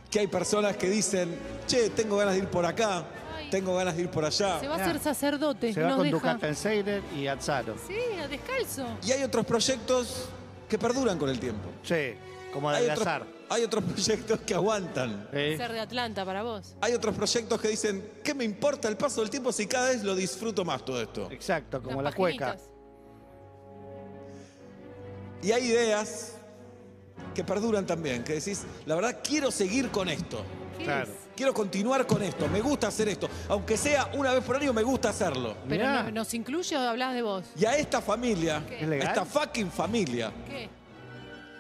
D: que hay personas que dicen, che, tengo ganas de ir por acá,
F: Ay.
D: tengo ganas de ir por allá.
F: Se va a hacer sacerdote.
E: Ah. Se va
F: no
E: con
F: deja.
E: Ducata en Seiler y Azzaro.
F: Sí, a descalzo.
D: Y hay otros proyectos que perduran con el tiempo.
E: Sí, como
D: Hay otros,
E: adelgazar.
D: hay otros proyectos que aguantan.
E: Sí.
F: Ser de Atlanta para vos.
D: Hay otros proyectos que dicen, ¿qué me importa el paso del tiempo si cada vez lo disfruto más todo esto?
E: Exacto, como
F: Las
E: la cueca.
F: paginitas.
D: Y hay ideas que perduran también, que decís, la verdad quiero seguir con esto,
F: ¿Qué
E: Claro.
F: es?
D: quiero continuar con esto, me gusta hacer esto, aunque sea una vez por año me gusta hacerlo.
F: ¿Pero
E: Mirá.
F: no- nos incluye o hablás de vos?
D: Y a esta familia,
F: ¿Qué?
E: ¿Es legal?
D: esta fucking familia,
F: ¿Qué?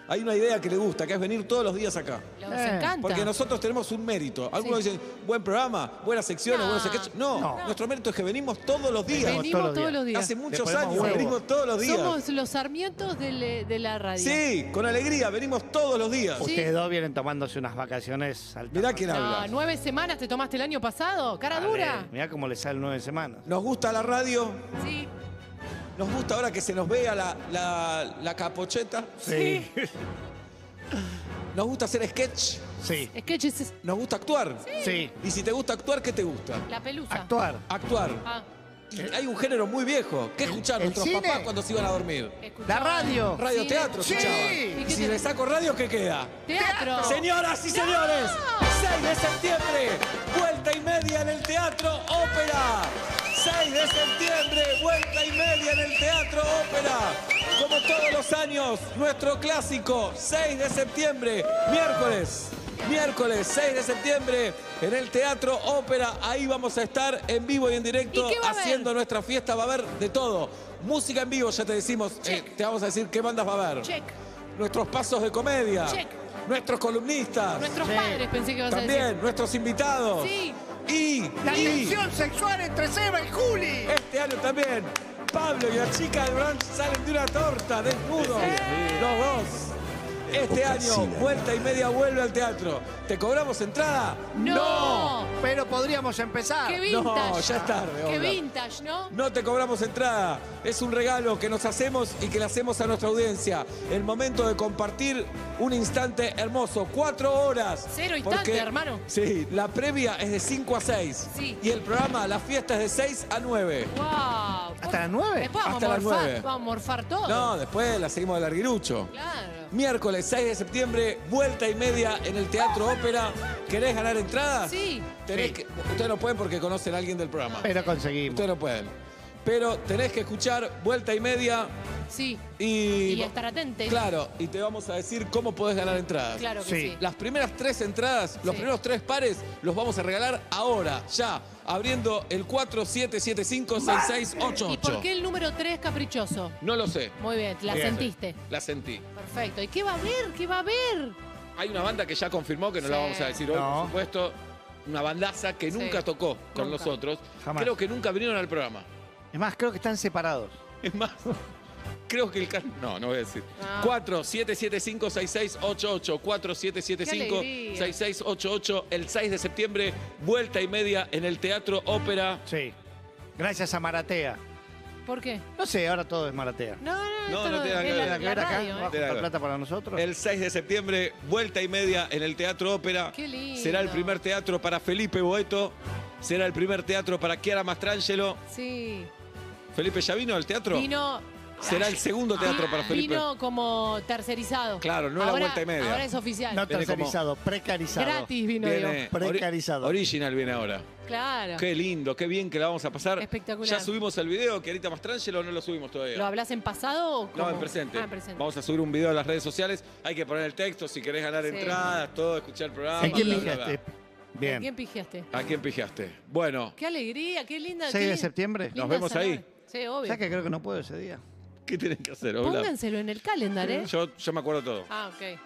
D: hay una idea que le gusta, que es venir todos los días acá.
F: Los
E: Eh,
F: encanta.
D: Porque nosotros tenemos un mérito. Algunos
F: Sí.
D: dicen, buen programa, buenas secciones,
F: No.
D: buenos sketches. No,
E: No.
D: nuestro mérito es que venimos todos los días.
E: Venimos
F: Venimos
E: todos
F: todos
E: los
F: los días.
D: Hace muchos
E: ponemos
D: años,
E: huevo.
D: venimos todos los días.
F: Somos los sarmientos del- de, la radio.
D: Sí, con alegría, venimos todos los días.
F: Sí.
E: Ustedes dos vienen tomándose unas vacaciones al
D: Mirá quién
F: No,
D: habla.
F: nueve semanas te tomaste el año pasado. Cara dura.
E: Mirá cómo le sale nueve semanas.
D: Nos gusta la radio,
F: Sí.
D: Nos gusta ahora que se nos vea la, la- la capocheta.
E: Sí.
D: Nos gusta hacer sketch.
E: Sí.
F: Sketches es
D: Nos gusta actuar.
E: Sí.
D: Y si te gusta actuar, ¿qué te gusta?
F: la pelusa.
E: Actuar.
D: Actuar.
F: Ah,
D: Y hay un género muy viejo. ¿Qué escuchaban
E: el
D: nuestros
E: cine.
D: papás cuando se iban a dormir?
E: La
F: escuchaba-
E: radio.
D: Radio
F: Cine.
D: teatro
E: Sí.
D: escuchaban.
E: ¿Y
D: Y
F: qué
D: si
F: te-
D: le saco radio, ¿qué queda?
F: Teatro.
D: Señoras y señores, 6 de septiembre, vuelta y media en el Teatro Ópera. 6 de septiembre, vuelta y media en el Teatro Ópera. Como todos los años, nuestro clásico, 6 de septiembre, miércoles. Miércoles 6 de septiembre en el Teatro Ópera, ahí vamos a estar en vivo y en directo
F: ¿Y qué va a haber?
D: haciendo nuestra fiesta, va a haber de todo. Música en vivo, ya te decimos, eh,
F: Check.
D: te vamos a decir qué bandas va a haber
F: Check.
D: nuestros pasos de comedia,
F: Check.
D: nuestros columnistas,
F: Nuestros padres pensé que ibas a decir.
D: también nuestros invitados.
F: Sí.
D: Y,
E: La
D: y
E: tensión sexual entre Seba y Juli.
D: este año también, Pablo y la chica del brunch salen de una torta desnudos, los dos. Este año, vuelta y media vuelve al teatro. ¿Te cobramos entrada?
F: No.
E: Pero podríamos empezar.
F: Qué vintage.
D: No, ya es tarde,
F: Qué
D: Olga.
F: vintage, ¿no?
D: No te cobramos entrada. Es un regalo que nos hacemos y que le hacemos a nuestra audiencia. El momento de compartir un instante hermoso. Cuatro horas.
F: Cero instante,
D: Porque-
F: hermano.
D: Sí, la previa es de 5 a 6.
F: Sí.
D: Y el programa, la fiesta es de 6 a 9.
F: Wow.
E: ¿Hasta las nueve?
F: Después vamos
D: Hasta
F: a
D: las
F: morfar.
D: nueve.
F: Vamos a morfar todo.
D: No, después la seguimos de larguirucho.
F: Claro.
D: Miércoles 6 de septiembre, vuelta y media en el Teatro Ópera. ¿Querés ganar entradas?
F: Sí.
D: Tenés
E: Sí.
D: que- ustedes no pueden porque conocen a alguien del programa.
E: Pero conseguimos.
D: Ustedes no pueden. Pero tenés que escuchar vuelta y media
F: Sí.
D: Y,
F: Y estar atente.
D: Claro, y te vamos a decir cómo podés ganar entradas.
F: Claro que
E: Sí.
F: sí.
D: Las primeras tres entradas, los
F: Sí.
D: primeros tres pares, los vamos a regalar ahora, ya, abriendo el 47756688.
F: ¿Y por qué el número 3 caprichoso?
D: No lo sé.
F: Muy bien, la
E: Bien.
F: sentiste.
D: La sentí.
F: Perfecto. ¿Y qué va a haber? ¿Qué va a haber?
J: Hay una banda que ya confirmó que no la
F: Sí.
J: vamos a decir hoy,
E: No.
J: por supuesto. Una bandaza que
F: Sí.
J: nunca tocó con
F: Nunca.
J: nosotros.
E: Jamás.
J: Creo que nunca vinieron al programa.
E: Es más, creo que están separados.
J: Es más,
D: creo que el... can- No, no voy a decir.
F: Ah.
D: 4775-6688.
F: Qué
D: 4775-6688. El 6 de septiembre, vuelta y media en el Teatro Ópera.
E: Sí. Gracias a Maratea.
F: ¿Por qué?
E: No sé, ahora todo es Maratea.
F: No, no,
D: No,
F: esto
D: no tiene nada que
F: es
D: ver.
F: la-
E: ¿Tiene que ver
F: la
E: acá?
F: radio,
E: ¿Va a
F: ¿eh?
E: juntar plata para nosotros?
D: El 6 de septiembre, vuelta y media en el Teatro Ópera.
F: Qué lindo.
D: Será el primer teatro para Felipe Boeto. Será el primer teatro para Chiara Mastrangelo.
F: ¿eh? Sí.
D: Felipe, ¿ya vino al teatro?
F: Vino. Ah,
D: Será el segundo teatro para Felipe.
F: Vino como tercerizado.
D: Claro, no la
F: ahora,
D: vuelta y media.
F: Ahora es oficial.
E: No
D: Viene como-
E: tercerizado, precarizado.
F: Gratis vino,
D: Viene
F: digo.
D: ori-
E: Precarizado.
D: Original viene ahora.
F: Claro.
D: Qué lindo, qué bien que la vamos a pasar.
F: Espectacular.
D: Ya subimos el video, que ahorita Mastrangelo no lo subimos todavía.
F: ¿Lo hablas en pasado o
D: no,
F: cómo?
D: en presente.
F: Ah, en presente.
D: Vamos a subir un video a las redes sociales. Hay que poner el texto si querés ganar
F: Sí.
D: entradas, todo, escuchar el programa.
E: ¿En quién
D: bla, bla, bla.
E: pijaste?
F: ¿A
E: Bien.
F: quién pijaste?
D: ¿A quién pijaste? Bueno,
F: Qué alegría, qué linda.
E: 6
F: qué
E: de
F: lin-
E: septiembre.
F: linda
D: Nos vemos
F: zanahoria.
D: ahí.
F: Sí, obvio.
E: ¿Sabes que creo que no puedo ese día?
D: ¿qué tenés que hacer, Oblap?
F: Pónganselo en el calendar, ¿eh?
D: Yo, yo me acuerdo todo.
F: Ah, ok.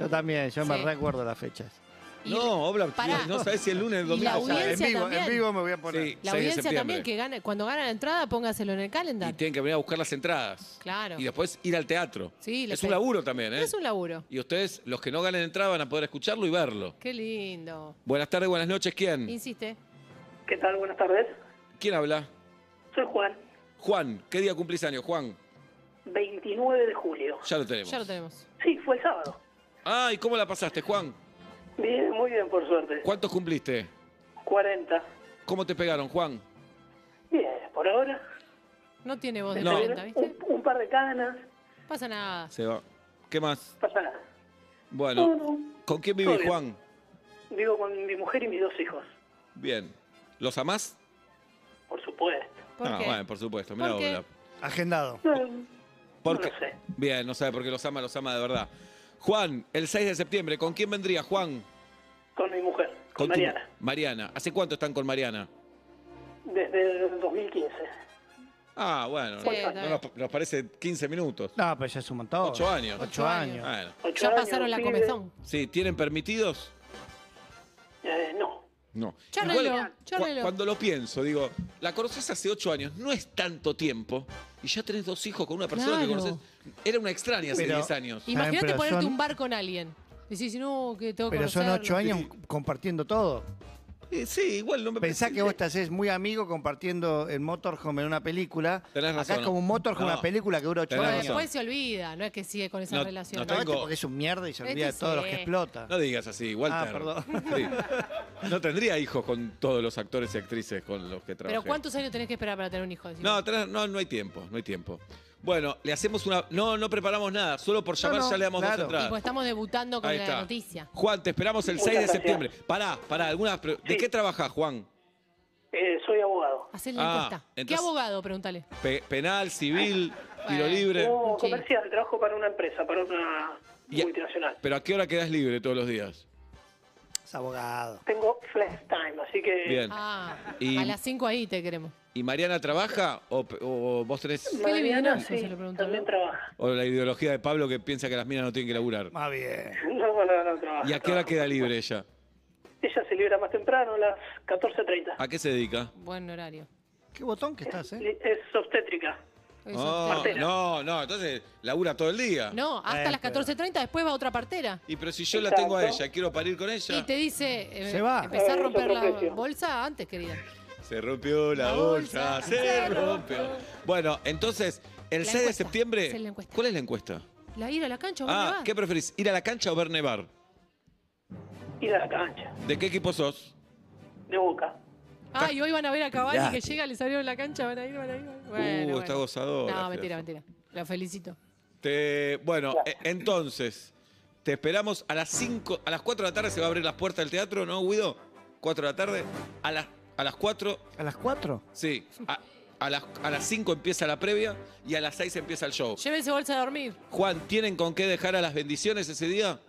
E: Yo también, yo me
F: Sí.
E: recuerdo las fechas.
F: Y
D: no, Oblap,
F: Pará.
D: no sabés si el lunes, el
F: Y la
D: domingo.
E: O sea, en
F: audiencia
E: vivo, en
F: también.
E: vivo me voy a poner.
D: Sí,
F: La
D: 6 de
F: audiencia
D: septiembre.
F: también, que gane, cuando gana la entrada, póngaselo en el
D: Y
F: calendar.
D: tienen que venir a buscar las entradas.
F: Claro.
D: Y después ir al teatro.
F: Sí, le
D: es un
F: pe-
D: laburo también, ¿eh?
F: Es un laburo.
D: Y ustedes, los que no ganen entrada, van a poder escucharlo y verlo.
F: Qué lindo.
D: Buenas tardes, buenas noches. ¿Quién?
F: Insiste.
K: ¿Qué tal? Buenas tardes.
D: ¿Quién habla?
K: Soy Juan,
D: Juan. ¿Qué día cumplís años, Juan?
K: 29 de julio.
D: Ya lo tenemos.
F: Ya lo tenemos.
K: Sí, fue el sábado.
D: Ah, ¿y cómo la pasaste, Juan?
K: Bien, muy bien, por suerte.
D: ¿Cuántos cumpliste?
K: 40.
D: ¿Cómo te pegaron, Juan?
K: Bien, por ahora.
F: No tiene voz de
D: No.
F: 40, ¿viste?
K: Un, un par de canas,
F: Pasa nada.
D: Se va. ¿Qué más?
K: pasa nada.
D: Bueno, ¿con quién vivís,
K: Todo bien.
D: Juan?
K: Vivo con mi mujer y mis dos hijos,
D: Bien. ¿Los amás?
K: por supuesto.
F: ¿Por
D: ah,
F: qué?
D: bueno, por supuesto. Mirá,
F: ¿Por qué?
D: hola.
E: Agendado.
K: No,
D: Porque-
K: No lo sé.
D: Bien, no sabe por qué los ama, los ama de verdad. Juan, el 6 de septiembre, ¿con quién vendría, Juan?
K: Con mi mujer, con
D: tu-
K: Mariana,
D: Mariana. ¿Hace cuánto están con Mariana?
K: desde el 2015.
D: Ah, bueno.
F: Sí,
D: no-
F: está
D: no nos, nos parece 15 minutos.
E: No, pero ya es un montón.
D: Ocho años.
E: Ocho años.
D: Bueno.
K: Ocho
F: Ya
K: años,
F: pasaron la
K: pibe.
F: comezón.
D: Sí, ¿tienen permitidos?
K: Eh, no,
D: No.
F: Charlelo,
D: Igual, cu-
F: charlelo.
D: Cuando lo pienso, digo, la conoces hace ocho años, no es tanto tiempo, y ya tenés dos hijos con una persona que
F: Claro.
D: conoces. Era una extraña hace
E: Pero-
D: 10 años.
F: Imagínate
E: pero
F: ponerte
E: son-
F: un bar con alguien. Decís, no, que tengo que
E: Pero son
F: conocerlo.
E: ocho años compartiendo todo.
D: Eh, sí, igual no me
E: Pensá
D: parece-
E: que vos te haces muy amigo compartiendo el motorhome en una película.
D: Tenés
E: Acá
D: razón.
E: es como un motorhome en
D: No.
E: una película que dura ocho
D: Tenés
F: Pero
E: años.
D: razón.
F: después se olvida, no es que sigue con esa
D: No,
F: relación.
D: no
E: No, este
D: Tengo-
E: porque es un mierda y se
F: Este
E: olvida de todos
F: sí.
E: los que explota.
D: No digas así, Walter.
E: Ah, perdón.
D: Sí. No tendría hijos con todos los actores y actrices con los que trabajé.
F: Pero ¿cuántos años tenés que esperar para tener un hijo? Decís,
D: No, tenés- no, no hay tiempo, no hay tiempo. Bueno, le hacemos una. No, no preparamos nada. Solo por llamar
E: no,
D: ya le damos
E: claro.
D: dos
F: Y pues
D: entradas.
F: estamos debutando con
D: Ahí
F: la
D: está.
F: noticia.
D: Juan, te esperamos el
K: Muchas
D: 6 de
K: gracias.
D: septiembre. Pará, pará, algunas. pre- ¿De
K: Sí.
D: qué trabajas, Juan?
K: eh, soy abogado.
F: Hacé la
D: Ah,
F: encuesta.
D: entonces-
F: ¿Qué abogado? Pregúntale.
D: Pe- penal, civil, tiro
F: Bueno.
D: libre.
K: No,
F: Sí.
K: comercial, trabajo para una empresa, para una
D: Y-
K: multinacional.
D: Pero ¿a qué hora quedas libre todos los días?
E: Es abogado.
K: Tengo flash time, así que
D: Bien.
F: Ah,
D: Y-
F: a las 5 ahí te queremos.
D: ¿Y Mariana trabaja o, pe- o vos tenés
K: Mariana
F: libidinoso,
K: sí,
F: se lo pregunto,
K: también
F: ¿no?
K: trabaja.
D: o la ideología de Pablo que piensa que las minas no tienen que laburar?
E: Más bien.
K: No, no, no trabaja.
D: ¿Y a qué hora
K: trabaja.
D: queda libre ella?
K: Ella se libera más temprano, a las 14.30.
D: ¿A qué se dedica?
F: Buen horario.
E: Qué botón que estás, ¿eh?
K: Li- Es obstétrica.
F: Eso
D: Oh,
F: está.
K: Partera.
D: no, no, entonces labura todo el día.
F: No, hasta
E: Eh,
F: las 14.30 después va otra partera.
D: Y pero si yo la tengo a
K: Exacto.
D: ella, quiero parir con ella.
F: Y te dice, eh,
E: Se va.
F: empezá a
K: Eh,
F: romper
K: otro
F: la
K: precio.
F: bolsa antes, querida.
D: Se rompió la,
F: La
D: bolsa,
F: bolsa,
D: se
F: se
D: rompió. Bueno, entonces, el
F: La
D: 6 de
F: encuesta,
D: septiembre.
F: hacer la encuesta.
D: ¿Cuál es la encuesta?
F: La ir a la cancha, vos le
D: Ah,
F: vas.
D: ¿qué preferís? ¿Ir a la cancha o ver nevar?
K: Ir a la cancha,
D: ¿De qué equipo sos?
K: de boca.
F: Ah, y hoy van a ver a Cavani que
D: Mirate.
F: llega, les abrieron la cancha, van a ir, van a ir. van a ir.
D: uh,
F: Bueno,
D: está
F: bueno.
D: gozadora.
F: No,
D: Fiafo.
F: mentira, mentira. La felicito.
D: Te- bueno, e- entonces, te esperamos a las 5, a las 4 de la tarde se va a abrir las puertas del teatro, ¿no, Guido? 4 de la tarde. A las, a las 4,
E: ¿A las cuatro?
D: sí. A, a las, a las 5 empieza la previa y a las 6 empieza el show.
F: Llévense bolsa a dormir.
D: Juan, ¿tienen con qué dejar a las bendiciones ese día?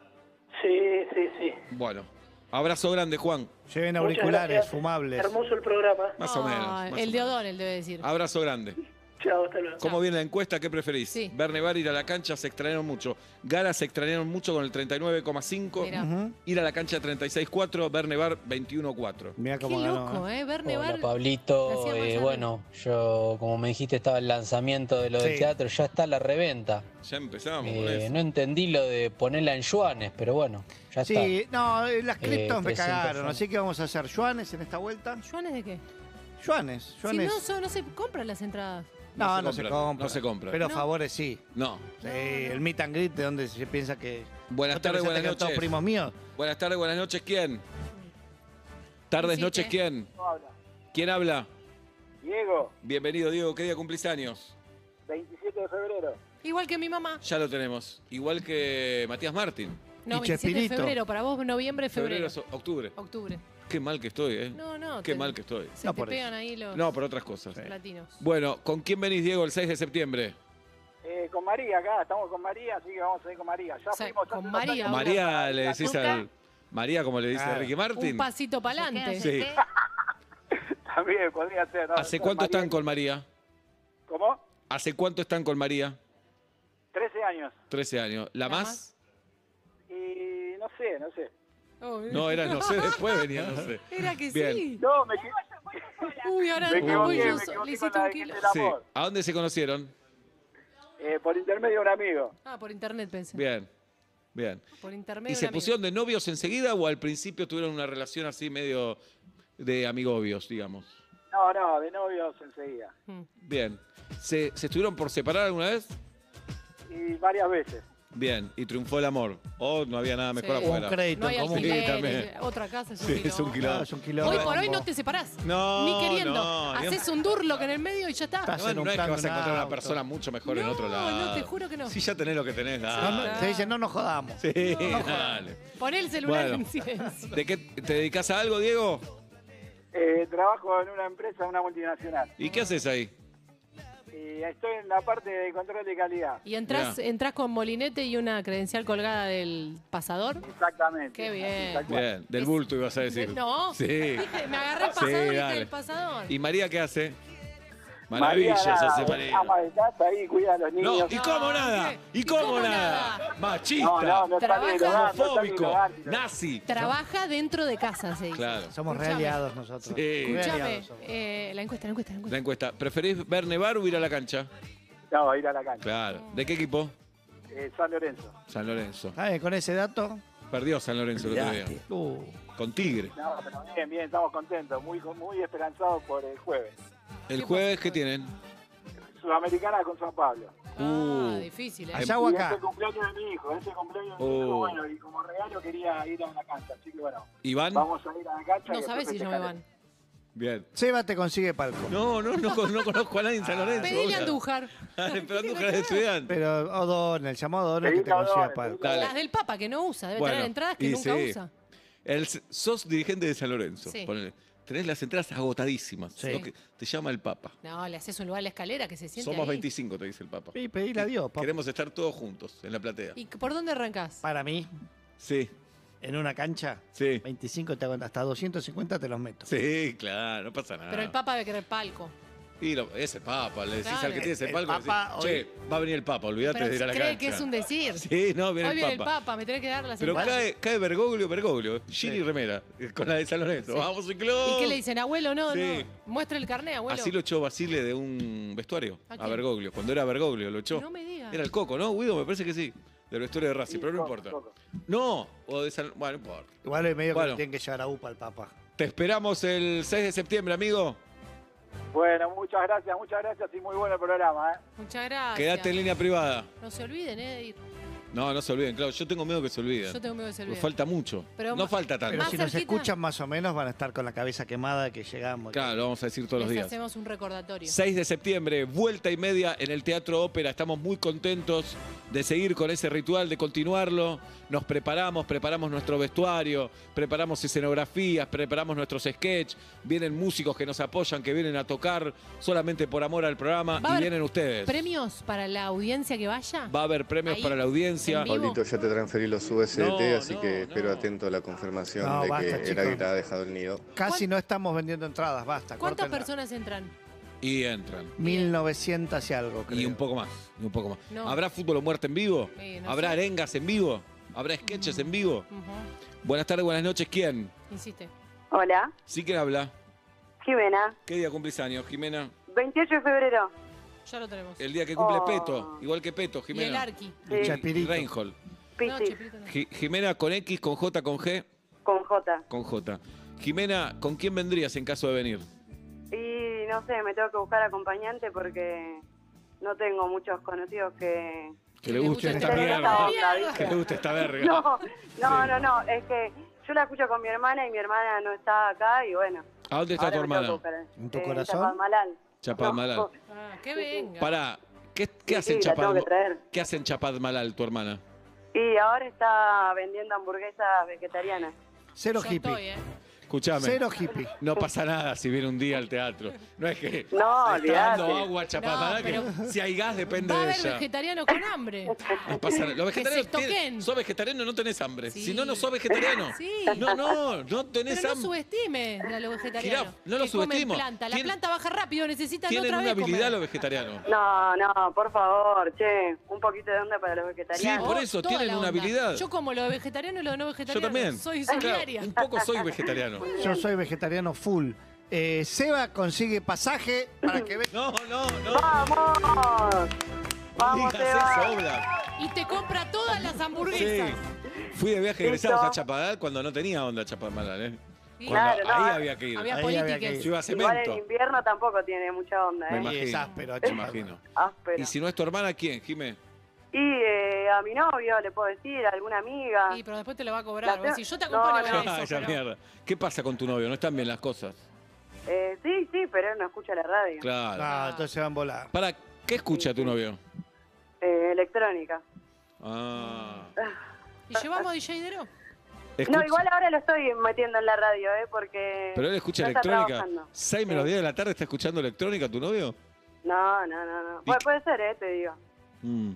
K: Sí, sí, sí.
D: Bueno, abrazo grande, Juan.
E: Lleven
K: Muchas
E: auriculares
K: gracias.
E: fumables.
K: Hermoso el programa.
D: Más o menos.
F: Ah,
D: más o
F: el de
D: menos. Ah,
F: O'Donnell debe decir.
D: Abrazo grande.
K: Chao, hasta luego.
D: ¿Cómo viene la encuesta? ¿Qué preferís?
F: Sí.
D: Ver nevar, ir a la cancha, se extrañaron mucho. Gara se extrañaron mucho con el 39,5.
F: Mirá.
D: Ir a la cancha 36,4. Ver nevar 21,4.
E: Mira
F: Qué
E: cómo ganó.
F: loco, ¿eh? Ver nevar.
L: Hola Pablito,
F: Hacía
L: Eh,
F: Gonzalo.
L: bueno, yo como me dijiste estaba el lanzamiento de lo del
E: Sí.
L: teatro, ya está la reventa.
D: Ya empezamos
L: Eh,
D: con eso.
L: no entendí lo de ponerla en yuanes, pero bueno, ya está.
E: Sí, no, eh, las
L: Eh,
E: criptos me
L: 300
E: cagaron,
L: yuanes.
E: así que vamos a hacer yuanes en esta vuelta.
F: ¿Yuanes de qué?
E: Yuanes,
F: Si
E: yuanes.
F: no, son- no se compran las entradas.
E: no, no se compra.
D: No se compra.
E: Pero
F: No.
E: favores sí.
D: No.
E: Sí, el meet and greet de donde se piensa que.
D: Buenas
E: ¿No te
D: tardes,
E: pensás
D: buenas
E: que son todos
D: noches.
E: primos míos?
D: Buenas tardes, buenas noches. ¿Quién? Tardes,
F: Hiciste.
D: noches. ¿Quién? ¿Quién habla?
K: Diego,
D: Bienvenido, Diego. ¿Qué día cumplís años?
K: 27 de febrero.
F: Igual que mi mamá.
D: Ya lo tenemos. Igual que Matías Martín.
F: No,
E: Y
F: 27 de
E: Chespirito.
F: febrero. Para vos, noviembre,
D: Febrero,
F: febrero.
D: es octubre.
F: Octubre.
D: Qué mal que estoy, ¿eh?
F: No, no.
D: Qué
F: te-
D: mal que estoy.
F: Se
E: No
F: te
E: por
F: pegan ahí los
D: No, por otras cosas.
F: latinos.
D: Bueno, ¿con quién venís, Diego, el 6 de septiembre?
K: Eh, con María acá, estamos con María, así que vamos a ir con María. Ya
F: O sea, fuimos hace con unos María. años.
D: María, le
K: la
D: decís
F: turca.
D: al. María, como le dice
E: Claro.
D: Ricky Martin.
F: Un pasito para adelante.
D: Sí.
K: También podría ser.
D: ¿Hace cuánto están con María?
K: ¿Cómo?
D: ¿Hace cuánto están con María?
K: 13 años.
D: 13 años. ¿La,
F: ¿La
D: más?
F: más?
K: Y no sé, no sé.
F: Oh,
D: No, era, no sé, después venía, no sé.
F: Era que
D: Bien.
F: sí.
K: No, me quedé.
F: Uy, ahora
K: Me
F: no voy
K: equivoqué,
F: yo.
K: me
F: so-
K: equivoqué
F: Le hiciste
K: con la
F: un
K: de
F: kilo.
K: que te la-
D: Sí.
K: amor.
D: ¿A dónde se conocieron?
K: Eh, por intermedio de un amigo.
F: Ah, por internet pensé.
D: Bien, bien.
F: Por internet.
D: ¿Y se pusieron de novios enseguida o al principio tuvieron una relación así medio de amigobios, digamos?
K: No, no, de novios enseguida.
D: Bien. ¿Se, se estuvieron por separar alguna vez?
K: Y varias veces.
D: Bien. Y triunfó el amor. O no había nada mejor
F: Sí.
E: Un
D: afuera.
E: crédito
F: No hay
E: en común.
D: alquiler.
F: alquileres,
D: Sí, también.
F: Otra casa es un
D: Sí, es un
F: quilombo.
E: Claro, es un quilombo.
F: Hoy por hoy no te separás.
D: No,
F: Ni queriendo.
D: no, ni-
F: Haces un durlock en el medio y ya está.
D: No,
E: Estás-
D: no es que
E: Hacen un
D: vas a
E: plan
D: encontrar una
E: auto.
D: persona mucho mejor en
F: No,
D: otro lado.
F: no, te juro que no.
D: Si ya tenés lo que tenés,
E: No, no,
D: dale.
E: se dice, no nos jodamos.
D: Ah. Sí, dale.
F: Pon el celular
D: Bueno.
F: en silencio.
D: ¿De qué te dedicas a algo, Diego?
K: Eh, trabajo en una empresa, una multinacional.
D: ¿Y qué haces ahí?
K: Y estoy en la parte de control de calidad.
F: Y entras,
D: Mirá.
F: entras con molinete y una credencial colgada del pasador.
K: Exactamente.
F: Qué bien.
K: Tal cual.
D: Bien, del bulto ibas a decir.
F: No.
D: Sí.
F: Dije, me agarré el
D: Sí,
F: pasador
D: dale.
F: y dije el pasador.
D: ¿Y María qué hace? Maravillas
K: María,
D: hace
K: nada,
D: María.
K: ama de casa ahí, cuida a los
D: No,
K: niños.
D: ¿y cómo
F: No,
D: nada?
F: ¿qué?
D: ¿Y cómo nada?
K: no,
D: Machista,
K: no, no está ni en el
F: Trabaja-
K: hogar, no está ni en el
D: homofóbico,
K: hogar, ni en el hogar.
D: nazi.
F: Trabaja dentro de casa, se dice.
D: Claro.
E: Somos re
F: Escuchame.
E: aliados nosotros.
D: Sí.
E: Re
F: Escuchame,
E: aliados somos.
F: eh, la encuesta, la encuesta, la
D: La
F: encuesta.
D: encuesta, ¿preferís ver nevar o ir a la cancha?
K: No, ir a la cancha.
D: Claro. ¿De qué equipo?
K: Eh, San Lorenzo.
D: San Lorenzo.
E: Está bien, con ese dato.
D: Perdió San Lorenzo el otro día.
E: Uh,
D: Con Tigre.
K: No, pero bien, bien, estamos contentos, muy, muy esperanzados por el jueves.
D: ¿El jueves qué tienen?
K: Sudamericana con San Pablo.
F: Ah,
D: Uh.
F: difícil, ¿eh?
E: allá o
K: y es el
E: acá.
K: cumpleaños de mi hijo, ese cumpleaños de mi
D: Oh.
K: hijo, bueno, y como regalo quería ir a la cancha, así que bueno,
D: ¿Iván?
K: vamos a ir a la cancha.
F: No
K: y
F: sabes
K: después
F: si yo me
K: festejar.
F: van.
D: Bien.
E: Seba te consigue palco.
D: No, no, no, con- no conozco a nadie en San Lorenzo.
F: Pedile a
D: boludo.
F: Andújar.
D: Dale, Pero Andújar es estudiante.
E: Pero O'Donnell, llamó a O'Donnell que
K: Pedí
E: te consiga
K: O'Donnell,
E: palco.
D: Dale.
F: Las del Papa, que no usa. Debe
D: Bueno,
F: tener entradas que
D: y
F: nunca
D: sí.
F: usa.
D: El- sos dirigente de San Lorenzo.
F: Sí.
D: ponele. Tenés las entradas agotadísimas.
E: Sí.
D: Lo que te llama el Papa.
F: No, le haces un lugar a la escalera que se siente
D: Somos
F: ahí.
D: 25, te dice el Papa.
E: Y pedile a Dios, papá.
D: Queremos estar todos juntos en la platea.
F: ¿Y por dónde arrancás?
D: Ah.
E: Para mí,
D: Sí,
E: en una cancha,
D: sí.
E: 25 te aguanta, hasta 250 te los meto.
D: Sí, claro, no pasa nada.
F: Pero el Papa debe querer palco.
D: Y lo- es el Papa, le decís
F: Claro.
D: al que tiene ese
E: El
D: palco. le decís,
E: Papa
D: che, va a venir el Papa, olvídate
F: Pero
D: de ir a la
F: cree
D: cancha.
F: que es un decir.
D: Sí, no, viene
F: Hoy
D: el
F: viene
D: Papa.
F: el Papa, me tenés que dar las
D: Pero
F: entradas.
D: cae, cae Bergoglio, Bergoglio. Gini
E: Sí.
D: Remera, eh, con la de San Lorenzo.
F: Sí.
D: Vamos, ciclón.
F: ¿Y qué le dicen? Abuelo, no,
D: Sí.
F: no. Muestra el carné, abuelo.
D: Así lo echó Basile de un vestuario
F: ¿A
D: a,
F: quién?
D: Bergoglio. Cuando era Bergoglio lo echó.
F: No me digas.
D: Era el Coco, ¿no? Guido, me parece que sí. Del vestuario de Racing,
K: Sí,
D: pero no
K: Coco,
D: importa.
K: Coco.
D: No, o de San... Bueno, no importa.
E: Igual es medio que
D: Bueno.
E: lo tienen que llevar a UPA al papá.
D: Te esperamos el 6 de septiembre, amigo.
K: Bueno, muchas gracias, muchas gracias y muy bueno el programa, ¿eh?
F: Muchas gracias.
D: Quedate en línea privada.
F: No se olviden, eh. de ir.
D: No, no se olviden, claro. Yo tengo miedo que se olviden.
F: Yo tengo miedo de ser
D: Porque
F: bien.
D: falta mucho.
F: Pero
D: no
F: ma-
D: falta tanto.
E: Pero
F: Más
E: si nos
F: cerquita.
E: escuchan más o menos van a estar con la cabeza quemada de que llegamos.
D: Claro, lo vamos a decir todos los
F: Les
D: días.
F: hacemos un recordatorio.
D: 6 de septiembre, vuelta y media en el Teatro Ópera. Estamos muy contentos de seguir con ese ritual, de continuarlo. Nos preparamos, preparamos nuestro vestuario, preparamos escenografías, preparamos nuestros sketch. Vienen músicos que nos apoyan, que vienen a tocar solamente por amor al programa
F: Va a
D: y
F: haber
D: vienen ustedes.
F: ¿Premios para la audiencia que vaya?
D: Va a haber premios
F: Ahí,
D: para la audiencia.
F: en vivo. Pablito,
M: ya te transferí los USDT,
D: No, así no, que espero no.
M: atento a la confirmación
E: No, de que basta, el chicos. águila
M: ha dejado el nido.
E: Casi no estamos vendiendo entradas, basta.
F: ¿Cuántas
E: córtenla.
F: personas entran?
D: Y entran.
E: 1900 y algo,
D: Y
E: creo.
D: un poco más, y un poco más.
E: No.
D: ¿Habrá fútbol o muerte en vivo?
E: Sí, no
D: ¿Habrá
E: sé.
D: arengas en vivo? ¿Habrá sketches en vivo?
F: Mm.
D: Buenas tardes, buenas noches. ¿Quién?
F: Insiste.
K: Hola,
D: ¿Sí que habla?
K: Jimena,
D: ¿Qué día cumplís años, Jimena?
K: 28 de febrero.
F: Ya lo tenemos.
D: El día que cumple
K: Oh.
D: Peto, igual que Peto, Eh, Jimena.
F: Y el Arqui.
D: Y- y Reinhold.
K: Piscis,
D: Gi- Jimena con X, con J, con G,
K: con J.
D: con J. Jimena, ¿con quién vendrías en caso de venir?
K: Y no sé, me tengo que buscar acompañante porque no tengo muchos conocidos que...
D: Que le guste esta
K: estén en esa
D: mierda.
K: onda, ¿viste?
D: Que le guste esta verga.
K: No, no, no, no, es que yo la escucho con mi hermana y mi hermana no está acá y bueno.
D: ¿A dónde está
K: ahora
D: tu
K: me tengo
D: hermana?
K: que buscar, eh,
D: ¿En tu
E: corazón?
K: Chapadmalal.
D: Chapadmalal.
K: No.
F: Ah, que venga.
D: Pará, ¿qué, qué hace en
K: sí, la tengo que
D: Chapadmalal? ¿Qué hace en Chapadmalal tu hermana?
K: Y ahora está vendiendo hamburguesas vegetarianas.
E: Cero hippie.
F: ¿eh?
D: Escuchame.
E: Cero hippie.
D: No pasa nada si viene un día al teatro. No es que
K: No,
D: le está dando
K: olvidate.
D: agua a Chapadmalal,
F: No, pero-
D: que si hay gas depende
F: Va a
D: de
F: haber
D: ella.
F: vegetarianos con hambre.
D: No pasa nada. Los
F: Que se
D: vegetarianos tienen-
F: estoquen.
D: sos vegetariano no tenés hambre.
F: Sí.
D: Si no, no sos vegetariano.
F: Sí.
D: No, no, no tenés
F: Pero no
D: hambre.
F: subestime a los vegetarianos.
D: Giraf, no los
F: que comen
D: subestimo.
F: Planta. La
D: Tienen-
F: planta baja rápido, necesitan
D: Tienen
F: otra
D: una
F: vez
D: habilidad
F: comer.
D: los vegetarianos.
K: No, no, por favor, che, un poquito de onda para los vegetarianos.
D: Sí, por eso,
F: Oh, Toda
D: tienen
F: la
D: una
F: onda.
D: habilidad.
F: Yo como lo de vegetariano y lo de no
D: Yo
F: vegetariano.
D: también.
F: Soy
D: Claro,
F: solidaria.
D: un poco soy vegetariano.
E: Yo soy vegetariano full. Eh, Seba consigue pasaje para que venga.
D: No, no, no.
K: ¡Vamos!
E: ¡Vamos,
D: Digas eso, Oblak.
F: Y te compra todas las
D: Sí.
F: hamburguesas.
D: Fui de viaje
F: Listo.
D: egresados a Chapadmalal cuando no tenía onda Chapadmalal, ¿eh?
F: Sí.
D: Cuando
F: Claro, no, ah,
D: ahí había que ir.
F: había
D: Ahí
F: polítiques.
D: que ir. Yo iba a
K: Igual en
D: cemento.
K: invierno tampoco tiene mucha onda,
D: Me
K: ¿eh?
D: imagino. me imagino.
K: Áspero.
D: Y si no es tu hermana, ¿quién, Jimé?
K: Y eh, a mi novio le puedo decir, a alguna amiga. Sí,
F: pero después te lo va a cobrar. vos decís, yo te
K: acompaño
F: acompaño
D: Ah, esa mierda. ¿Qué pasa con tu novio? ¿No están bien las cosas?
K: Eh, sí, sí, pero él no escucha la radio.
D: Claro.
E: Ah, entonces van volar.
D: Para, ¿qué escucha tu novio?
K: Eh, electrónica.
D: Ah.
F: ¿Y llevamos DJ Dero?
D: Escucha-
K: No, igual eh, ahora lo estoy metiendo en la radio, ¿eh? Porque.
D: Pero él escucha
K: no está
D: electrónica.
K: trabajando.
D: ¿Seis menos 10 de la tarde está escuchando electrónica tu novio?
K: No, no, no. no. Bueno, puede ser, ¿eh? Te digo.
D: Mm.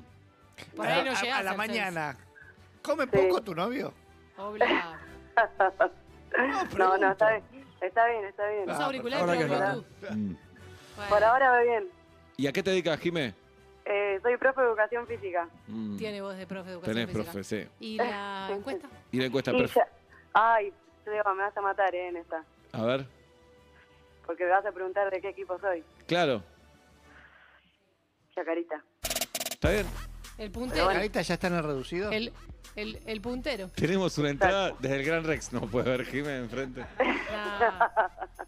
F: Por ahí no
E: a,
F: llegás
E: a la
F: al
E: mañana. ¿Come poco tu novio?
F: Obla.
K: No, no, está bien. Está bien, está bien.
D: Ah,
F: Los auriculares Ah, Ahora que con no.
D: Mm.
K: Por ahora va bien.
D: ¿Y a qué te dedicas, Jimé?
K: Eh, soy profe de educación física.
D: Mm.
F: Tiene voz de profe de educación
D: Tenés
F: física.
D: profe, sí.
F: ¿Y la encuesta?
D: Y la encuesta,
K: Y
D: perf-
K: ya- Ay, Seba, me vas a matar eh, en esta.
D: A ver,
K: Porque me vas a preguntar de qué equipo soy.
D: claro.
K: Chacarita.
D: ¿Está bien?
F: El
E: Pero
F: puntero.
E: bueno, ahorita ya están en reducido.
F: El, el, el puntero.
D: Tenemos una entrada desde el Gran Rex. No puede ver Jimé enfrente.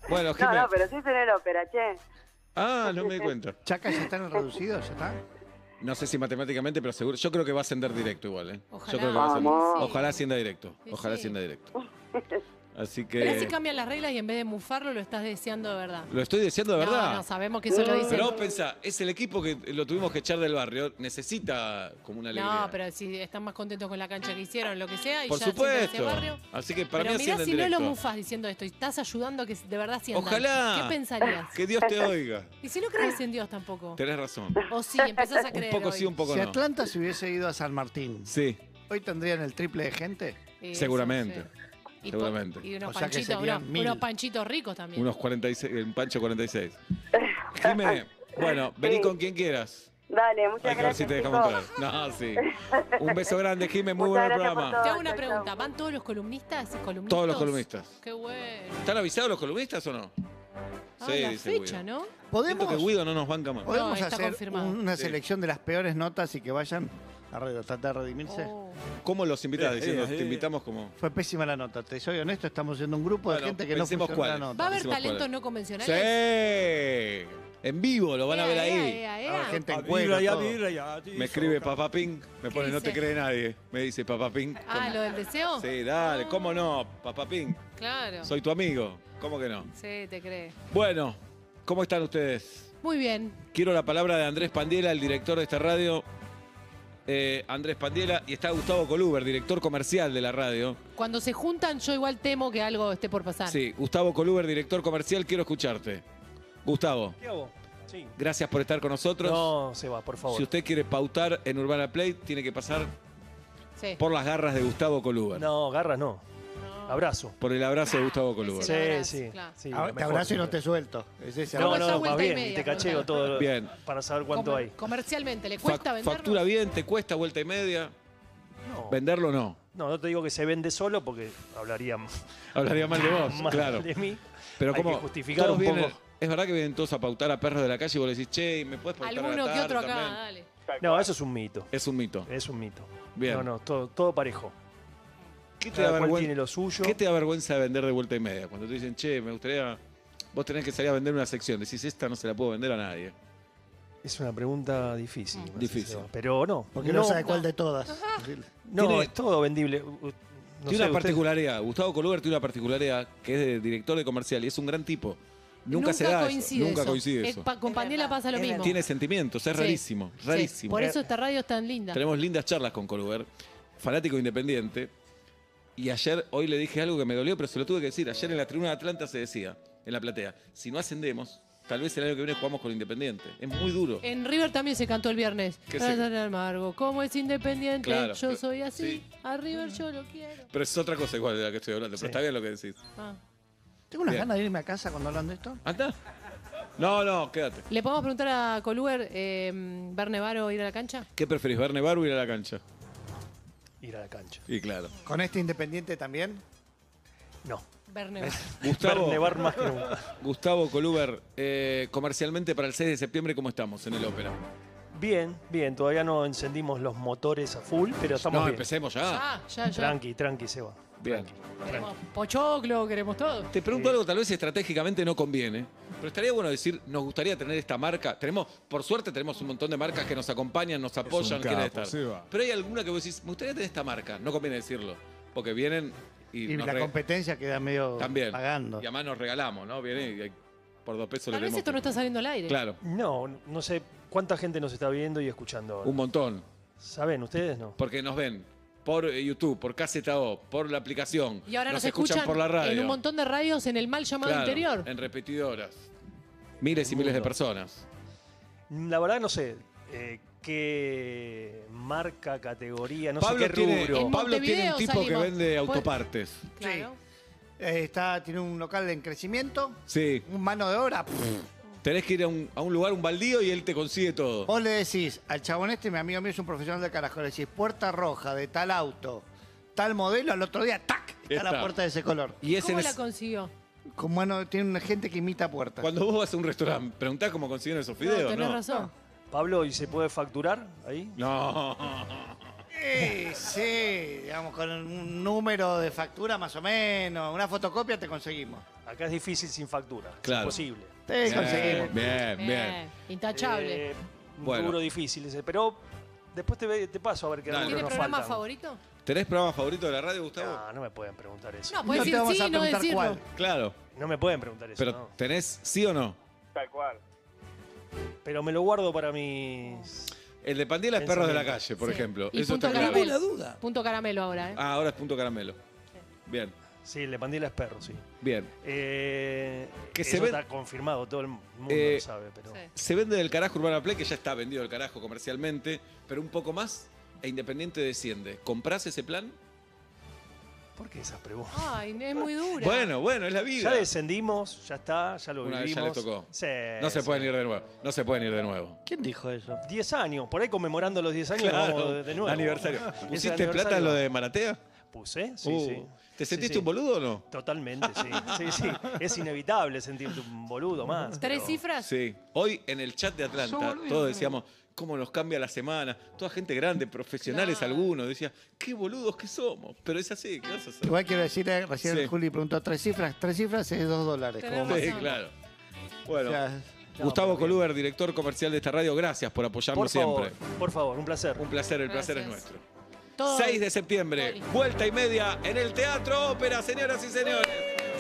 D: Bueno,
K: No,
D: Jimé.
K: no, pero sí soy en el ópera, che.
D: Ah, no me di cuenta.
E: Chaca ya están en reducido, ya está.
D: No sé si matemáticamente, pero seguro. Yo creo que va a ascender directo igual, ¿eh? Yo creo que va a ascender.
K: Vamos.
D: Ojalá ascienda directo.
F: Sí,
D: Ojalá
F: sí.
D: ascienda directo. Así
F: Pero si
D: que.
F: cambian las reglas y en vez de mufarlo lo estás deseando de verdad.
D: Lo estoy diciendo de
F: No,
D: verdad. Uh,
F: no, sabemos que eso lo dicen.
D: Pero vos pensá, es el equipo que lo tuvimos que echar del barrio. Necesita como una alegría.
F: No, pero si están más contentos con la cancha que hicieron, lo que sea, y
D: Por
F: ya ascienden a ese
D: supuesto.
F: barrio.
D: Así que para
F: pero
D: mí
F: mirá
D: asciende
F: si
D: en directo.
F: no lo mufas diciendo esto y estás ayudando a que de verdad sientan.
D: Ojalá.
F: ¿Qué pensarías?
D: Que Dios te oiga.
F: Y si no crees en Dios tampoco.
D: Tenés razón.
F: O sí, empezás a
D: Un
F: creer.
D: poco
F: hoy.
D: sí, un poco
E: si
D: no.
E: Atlanta se hubiese ido a San Martín,
D: Sí,
E: ¿hoy tendrían el triple de gente?
F: Eh,
D: seguramente.
F: eso, sí. Y po-
D: Seguramente.
F: Y unos
E: O sea que
F: panchitos,
E: serían
F: unos-
E: mil.
F: unos panchitos ricos también.
D: Unos 46, un pancho 46. Jimé, bueno, vení con quien quieras.
K: Dale, muchas
D: Hay que ver si
K: gracias.
D: te dejamos
K: chicos.
D: entrar. No, sí. Un beso grande, Jimé, muy
K: Muchas
D: buen
K: gracias por
D: programa.
F: Te hago una pregunta. ¿Van todos los columnistas? ¿Columnistas?
D: Todos los columnistas.
F: Qué bueno.
D: ¿Están avisados los columnistas o no?
F: Ah, la fecha,
D: Guido.
F: ¿no?
D: Siento que
E: ¿Podemos,
D: Guido no nos banca más.
E: podemos
F: está
E: hacer
F: confirmado.
E: una
D: Sí.
E: selección de las peores notas y que vayan a re- tratar de
F: Oh.
E: redimirse?
D: ¿Cómo los invitas?
E: Eh,
D: Diciendo,
E: eh,
D: te
E: eh.
D: invitamos como.
E: Fue pésima la nota, te soy honesto, estamos siendo un grupo de
D: Bueno,
E: gente que no
D: pensemos
E: funcionó la
D: cuáles.
E: nota.
F: ¿Va a haber
D: Decimos
F: talentos
D: cuál.
F: no convencionales?
D: ¡Sí! En vivo, lo van a ver ahí.
F: eh.
E: Habrá gente en
D: Ah,
E: cuero,
D: vibra ya,
E: todo.
D: vibra Me escribe Papá Pink, me pone no te
F: dice?
D: cree nadie. Me dice Papá Pink.
F: Ah, ¿lo del deseo?
D: Sí, dale, ¿cómo no? Papá Pink,
F: Claro.
D: soy tu amigo. ¿Cómo que no?
F: Sí, te cree.
D: Bueno, ¿cómo están ustedes?
F: Muy bien.
D: Quiero la palabra de Andrés Pandiela, el director de esta radio. Eh, Andrés Pandiela y está Gustavo Coluber, director comercial de la radio.
F: Cuando se juntan, yo igual temo que algo esté por pasar.
D: Sí, Gustavo Coluber, director comercial, quiero escucharte. Gustavo,
G: Sí.
D: gracias por estar con nosotros.
G: No, Seba, por favor.
D: Si usted quiere pautar en Urbana Play, tiene que pasar
F: Sí.
D: por las garras de Gustavo Coluber.
G: No, garras no. Abrazo.
D: Por el abrazo de Gustavo Colugo.
G: Sí, sí. sí,
E: Ah,
G: lo
E: te
G: mejor.
E: abrazo y no te suelto. Es ese
G: No,
E: abrazo.
G: no, más
F: vuelta y
G: bien. Y
F: media,
G: te cacheo todo
D: Bien.
G: para saber cuánto hay.
F: Comercialmente, ¿le cuesta
D: Fac-
F: venderlo?
D: factura bien, te cuesta vuelta y media.
G: No.
D: Venderlo no.
G: No, no te digo que se vende solo porque hablaría,
D: Hablaría mal de vos,
G: mal
D: claro.
G: de mí.
D: Pero
G: Hay
D: como
G: que justificar
D: todos
G: un poco.
D: vienen- es verdad que vienen todos a pautar a perros de la calle y vos le decís, che, ¿y ¿me puedes pautar a la
F: Alguno que
D: tarde
F: otro acá,
D: también?"
F: dale.
G: No, eso es un mito.
D: Es un mito.
G: Es un mito.
D: Bien.
G: No, no, todo, todo parejo.
D: ¿Qué te,
G: Cada
D: da
G: cual
D: vergüenza,
G: tiene lo suyo.
D: ¿Qué te da vergüenza de vender de vuelta y media? Cuando te dicen, che, me gustaría... Vos tenés que salir a vender una sección. Decís, esta no se la puedo vender a nadie.
G: Es una pregunta difícil.
F: Mm.
G: me parece,
D: Difícil.
G: Seba. Pero no.
E: Porque no,
G: no,
E: sabe cuál de todas.
G: No,
D: Tiene-
G: es todo vendible. U- u- No
D: tiene
G: sé,
D: una
G: usted-
D: particularidad. Gustavo Coluber tiene una particularidad que es de director de comercial y es un gran tipo. Nunca, se da eso,
F: coincide
D: Nunca
F: eso.
D: coincide
F: Eh,
D: eso.
F: pa- con Pandela pasa lo mismo.
D: Tiene sentimientos, es
F: Sí.
D: rarísimo,
F: Sí,
D: rarísimo.
F: Por eso esta radio es tan linda.
D: Tenemos lindas charlas con Coluber, fanático independiente. Y ayer, hoy le dije algo que me dolió, pero se lo tuve que decir. Ayer en la tribuna de Atlanta se decía, en la platea, si no ascendemos, tal vez el año que viene jugamos con Independiente. Es muy duro.
F: En River también se cantó el viernes.
D: ¿Qué
F: Para
D: se-
F: tan amargo. Como es independiente,
D: Claro,
F: yo
D: pero-
F: soy así.
D: sí.
F: A River yo lo quiero.
D: Pero es otra cosa igual de la que estoy hablando, pero está bien lo que decís.
F: Ah.
E: Tengo unas
D: Bien.
E: ganas de irme a casa cuando hablan de esto.
D: ¿Anda? No, no, quédate.
F: ¿Le podemos preguntar a Coluber, eh, ver Nevaro ir a la cancha?
D: ¿Qué preferís, ver nevar o ir a la cancha?
G: Ir a la cancha.
D: Y claro.
E: ¿Con este independiente también?
G: No.
F: Ver Nevaro.
D: Gustavo,
G: Ver nevar más que nunca.
D: Gustavo Coluber, eh, comercialmente para el 6 de septiembre, ¿cómo estamos en el Ópera?
G: Bien, bien. Todavía no encendimos los motores a full, pero estamos
D: no,
G: bien.
D: empecemos ya.
F: Ah, ya, ya.
G: Tranqui, tranqui, Seba.
D: Bien.
F: Queremos pochoclo, queremos todo.
D: Te pregunto algo, tal vez estratégicamente no conviene, pero estaría bueno decir, nos gustaría tener esta marca. Tenemos, por suerte, tenemos un montón de marcas que nos acompañan, nos apoyan,
N: un
D: quieren
N: capo,
D: estar.
N: Seba.
D: Pero hay alguna que vos decís, me gustaría tener esta marca. No conviene decirlo, porque vienen y,
E: Y
D: nos
E: la
D: re-
E: competencia queda medio
D: también.
E: pagando.
D: Y además nos regalamos, ¿no? Viene y hay- por dos pesos
F: Tal
D: le
F: vez
D: tenemos.
F: esto no está saliendo al aire.
D: Claro,
G: No, no sé cuánta gente nos está viendo y escuchando ahora.
D: un montón.
G: ¿Saben ustedes? No.
D: Porque nos ven por eh, YouTube, por KZO, por la aplicación.
F: Y ahora nos,
D: escuchan, por la radio.
F: en un montón de radios en el mal llamado
D: Claro,
F: interior.
D: En repetidoras. Miles y miles de
G: mundo.
D: personas.
G: La verdad no sé eh, qué marca, categoría, no
D: Pablo,
G: sé qué
D: tiene,
G: rubro.
E: En
D: Pablo tiene un
E: Montevideo
D: tipo que
E: salimos.
D: vende
E: Pues-
D: autopartes.
F: Claro.
E: Eh, está, tiene un local en crecimiento,
D: Sí.
E: un mano de obra. pff.
D: Tenés que ir a un, a un lugar, un baldío, y él te consigue todo.
E: Vos le decís al chabón este, mi amigo mío es un profesional de carajo, le decís puerta roja de tal auto, tal modelo, al otro día, ¡tac! Está,
D: Está.
E: la puerta de ese color.
D: Y ese
F: ¿Cómo
D: es-
F: la consiguió?
E: Con mano, tiene una gente que imita puertas.
D: Cuando vos vas a un restaurante, preguntás cómo consiguen esos
F: no,
D: fideos,
F: tenés
D: ¿no?
F: razón.
G: Pablo, ¿y se puede facturar ahí?
D: No.
E: Sí, sí, digamos, con un número de factura más o menos, una fotocopia te conseguimos.
G: Acá es difícil sin factura.
D: Claro.
G: Es imposible.
E: Te
D: Bien,
E: conseguimos.
D: Bien, bien.
F: Bien, Intachable.
G: Eh, un
D: Bueno.
G: rubro difícil ese, pero después te, ve- te paso a ver qué
D: Dale.
G: rubros
F: ¿Tiene
G: nos
F: programa
G: faltan.
F: favorito?
D: ¿Tenés programa favorito de la radio, Gustavo?
G: No, no me pueden preguntar eso.
F: No,
G: No,
F: puedes
E: No te
F: decir
E: vamos
F: sí,
E: a
F: no
E: preguntar
F: decirlo.
E: cuál.
D: Claro.
G: me pueden preguntar eso,
D: Pero
G: no.
D: ¿tenés sí o no?
N: Tal cual.
G: Pero me lo guardo para mis...
D: El de Pandiela es Perros de la
G: Pensamiento.
D: Calle, por
F: Sí.
D: ejemplo.
F: Y
D: Eso
F: punto
D: está
F: caramelo.
D: claro.
E: duda.
F: Punto caramelo ahora, ¿eh?
D: Ah, ahora es punto caramelo. Bien,
G: Sí, el de Pandila es perro, sí.
D: bien.
G: Eh,
D: Que
G: eso
D: se ven-
G: está confirmado, todo el mundo
D: Eh,
G: lo sabe, pero...
F: Sí.
D: Se vende del carajo Urbana Play, que ya está vendido el carajo comercialmente, pero un poco más e Independiente desciende. ¿Comprás ese plan?
G: ¿Por qué esas preguntas?
F: Ay, es muy dura.
D: Bueno, bueno, es la
G: Ya
D: vida.
G: descendimos, ya está, ya lo
D: Una vez ya
G: vivimos.
D: les tocó.
G: Sí,
D: No se
G: sí.
D: pueden ir de nuevo. No se pueden ir de nuevo.
E: ¿Quién dijo eso?
G: 10 años, por ahí conmemorando los 10 años vamos de- de nuevo.
D: Aniversario.
G: Ese
D: ¿Pusiste plata en
G: aniversario.
D: lo de Maratea?
G: Puse, sí,
D: Uh,
G: sí.
D: ¿Te
G: Sí,
D: sentiste
G: sí.
D: un boludo o no?
G: Totalmente, sí. Sí, sí. Es inevitable sentirte un boludo más.
F: ¿Tres
G: pero-
F: cifras?
D: Sí. Hoy en el chat de Atlanta,
F: eh,
D: todos decíamos cómo nos cambia la semana. Toda gente grande, profesionales
F: Claro.
D: algunos, decía, qué boludos que somos. Pero es así, ¿qué vas a hacer?
E: Igual quiero decir, eh, recién
D: Sí.
E: Juli preguntó tres cifras. Tres cifras es dos dólares.
F: Tenés
E: como
F: razón.
E: más.
D: Sí, claro. Bueno.
E: O sea,
D: Gustavo
G: No, pero bien.
D: Coluber, director comercial de esta radio, gracias por
G: Por
D: apoyarnos
G: favor,
D: siempre.
G: por favor, un placer.
D: Un placer, el placer es
F: Gracias.
D: nuestro.
F: Todo-
D: 6 de septiembre,
F: Todo listo.
D: vuelta y media en el Teatro Ópera, señoras y señores.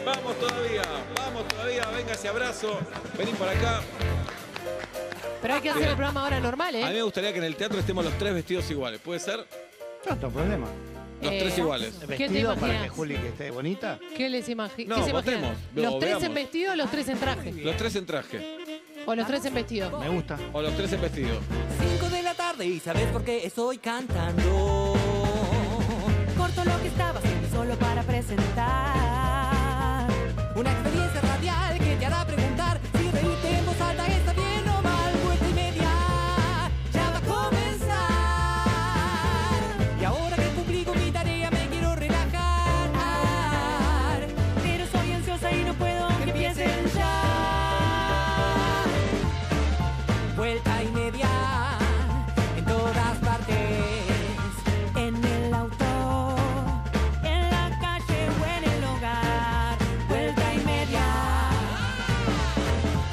D: Vamos todavía, vamos todavía, venga ese abrazo, vení para acá.
F: Pero hay que hacer el programa ahora normal,
D: A mí
F: ¿eh?
D: me gustaría que en el teatro estemos los tres vestidos iguales, ¿puede ser?
E: No, no problema.
D: Los
F: Eh,
D: tres iguales.
F: ¿Qué te
E: Vestido para que
F: imaginas?
E: Juli que esté bonita.
F: ¿Qué les imagi
D: No,
F: ¿qué se
D: votemos.
F: imaginan?
D: No,
F: ¿Los tres en
D: veamos.
F: vestido o los tres en traje?
D: Los tres en traje,
F: ¿O los tres en vestido?
E: Me gusta.
D: o los tres en vestido.
B: 5 de la tarde y sabes por qué estoy cantando.
C: Corto lo que estaba haciendo solo para presentar.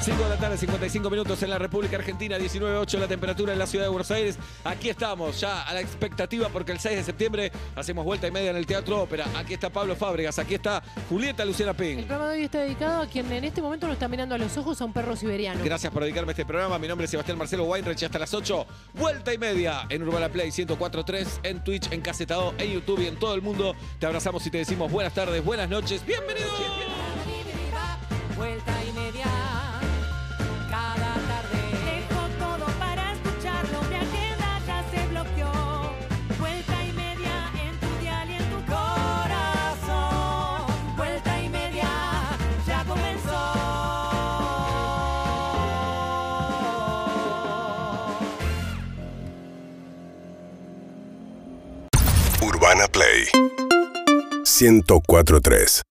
D: 5 de la tarde, 55 minutos en la República Argentina, 19.8 la temperatura en la ciudad de Buenos Aires. Aquí estamos, ya a la expectativa, porque el 6 de septiembre hacemos vuelta y media en el Teatro Ópera. Aquí está Pablo Fábregas, aquí está Julieta Luciana
F: El
D: Ping.
F: programa de hoy está dedicado a quien en este momento nos está mirando a los ojos a un perro siberiano.
D: Gracias por dedicarme a este programa. Mi nombre es Sebastián Marcelo Weinreich. Hasta las 8, vuelta y media en Urbana Play 104.3, en Twitch, en Casetado, en YouTube y en todo el mundo. Te abrazamos y te decimos buenas tardes, buenas noches, bienvenidos.
O: Vuelta y media, cada tarde.
B: Dejo todo para escucharlo, mi agenda ya se bloqueó. Vuelta y media en tu dial y en tu corazón. Vuelta y media ya comenzó.
G: Urbana Play 1043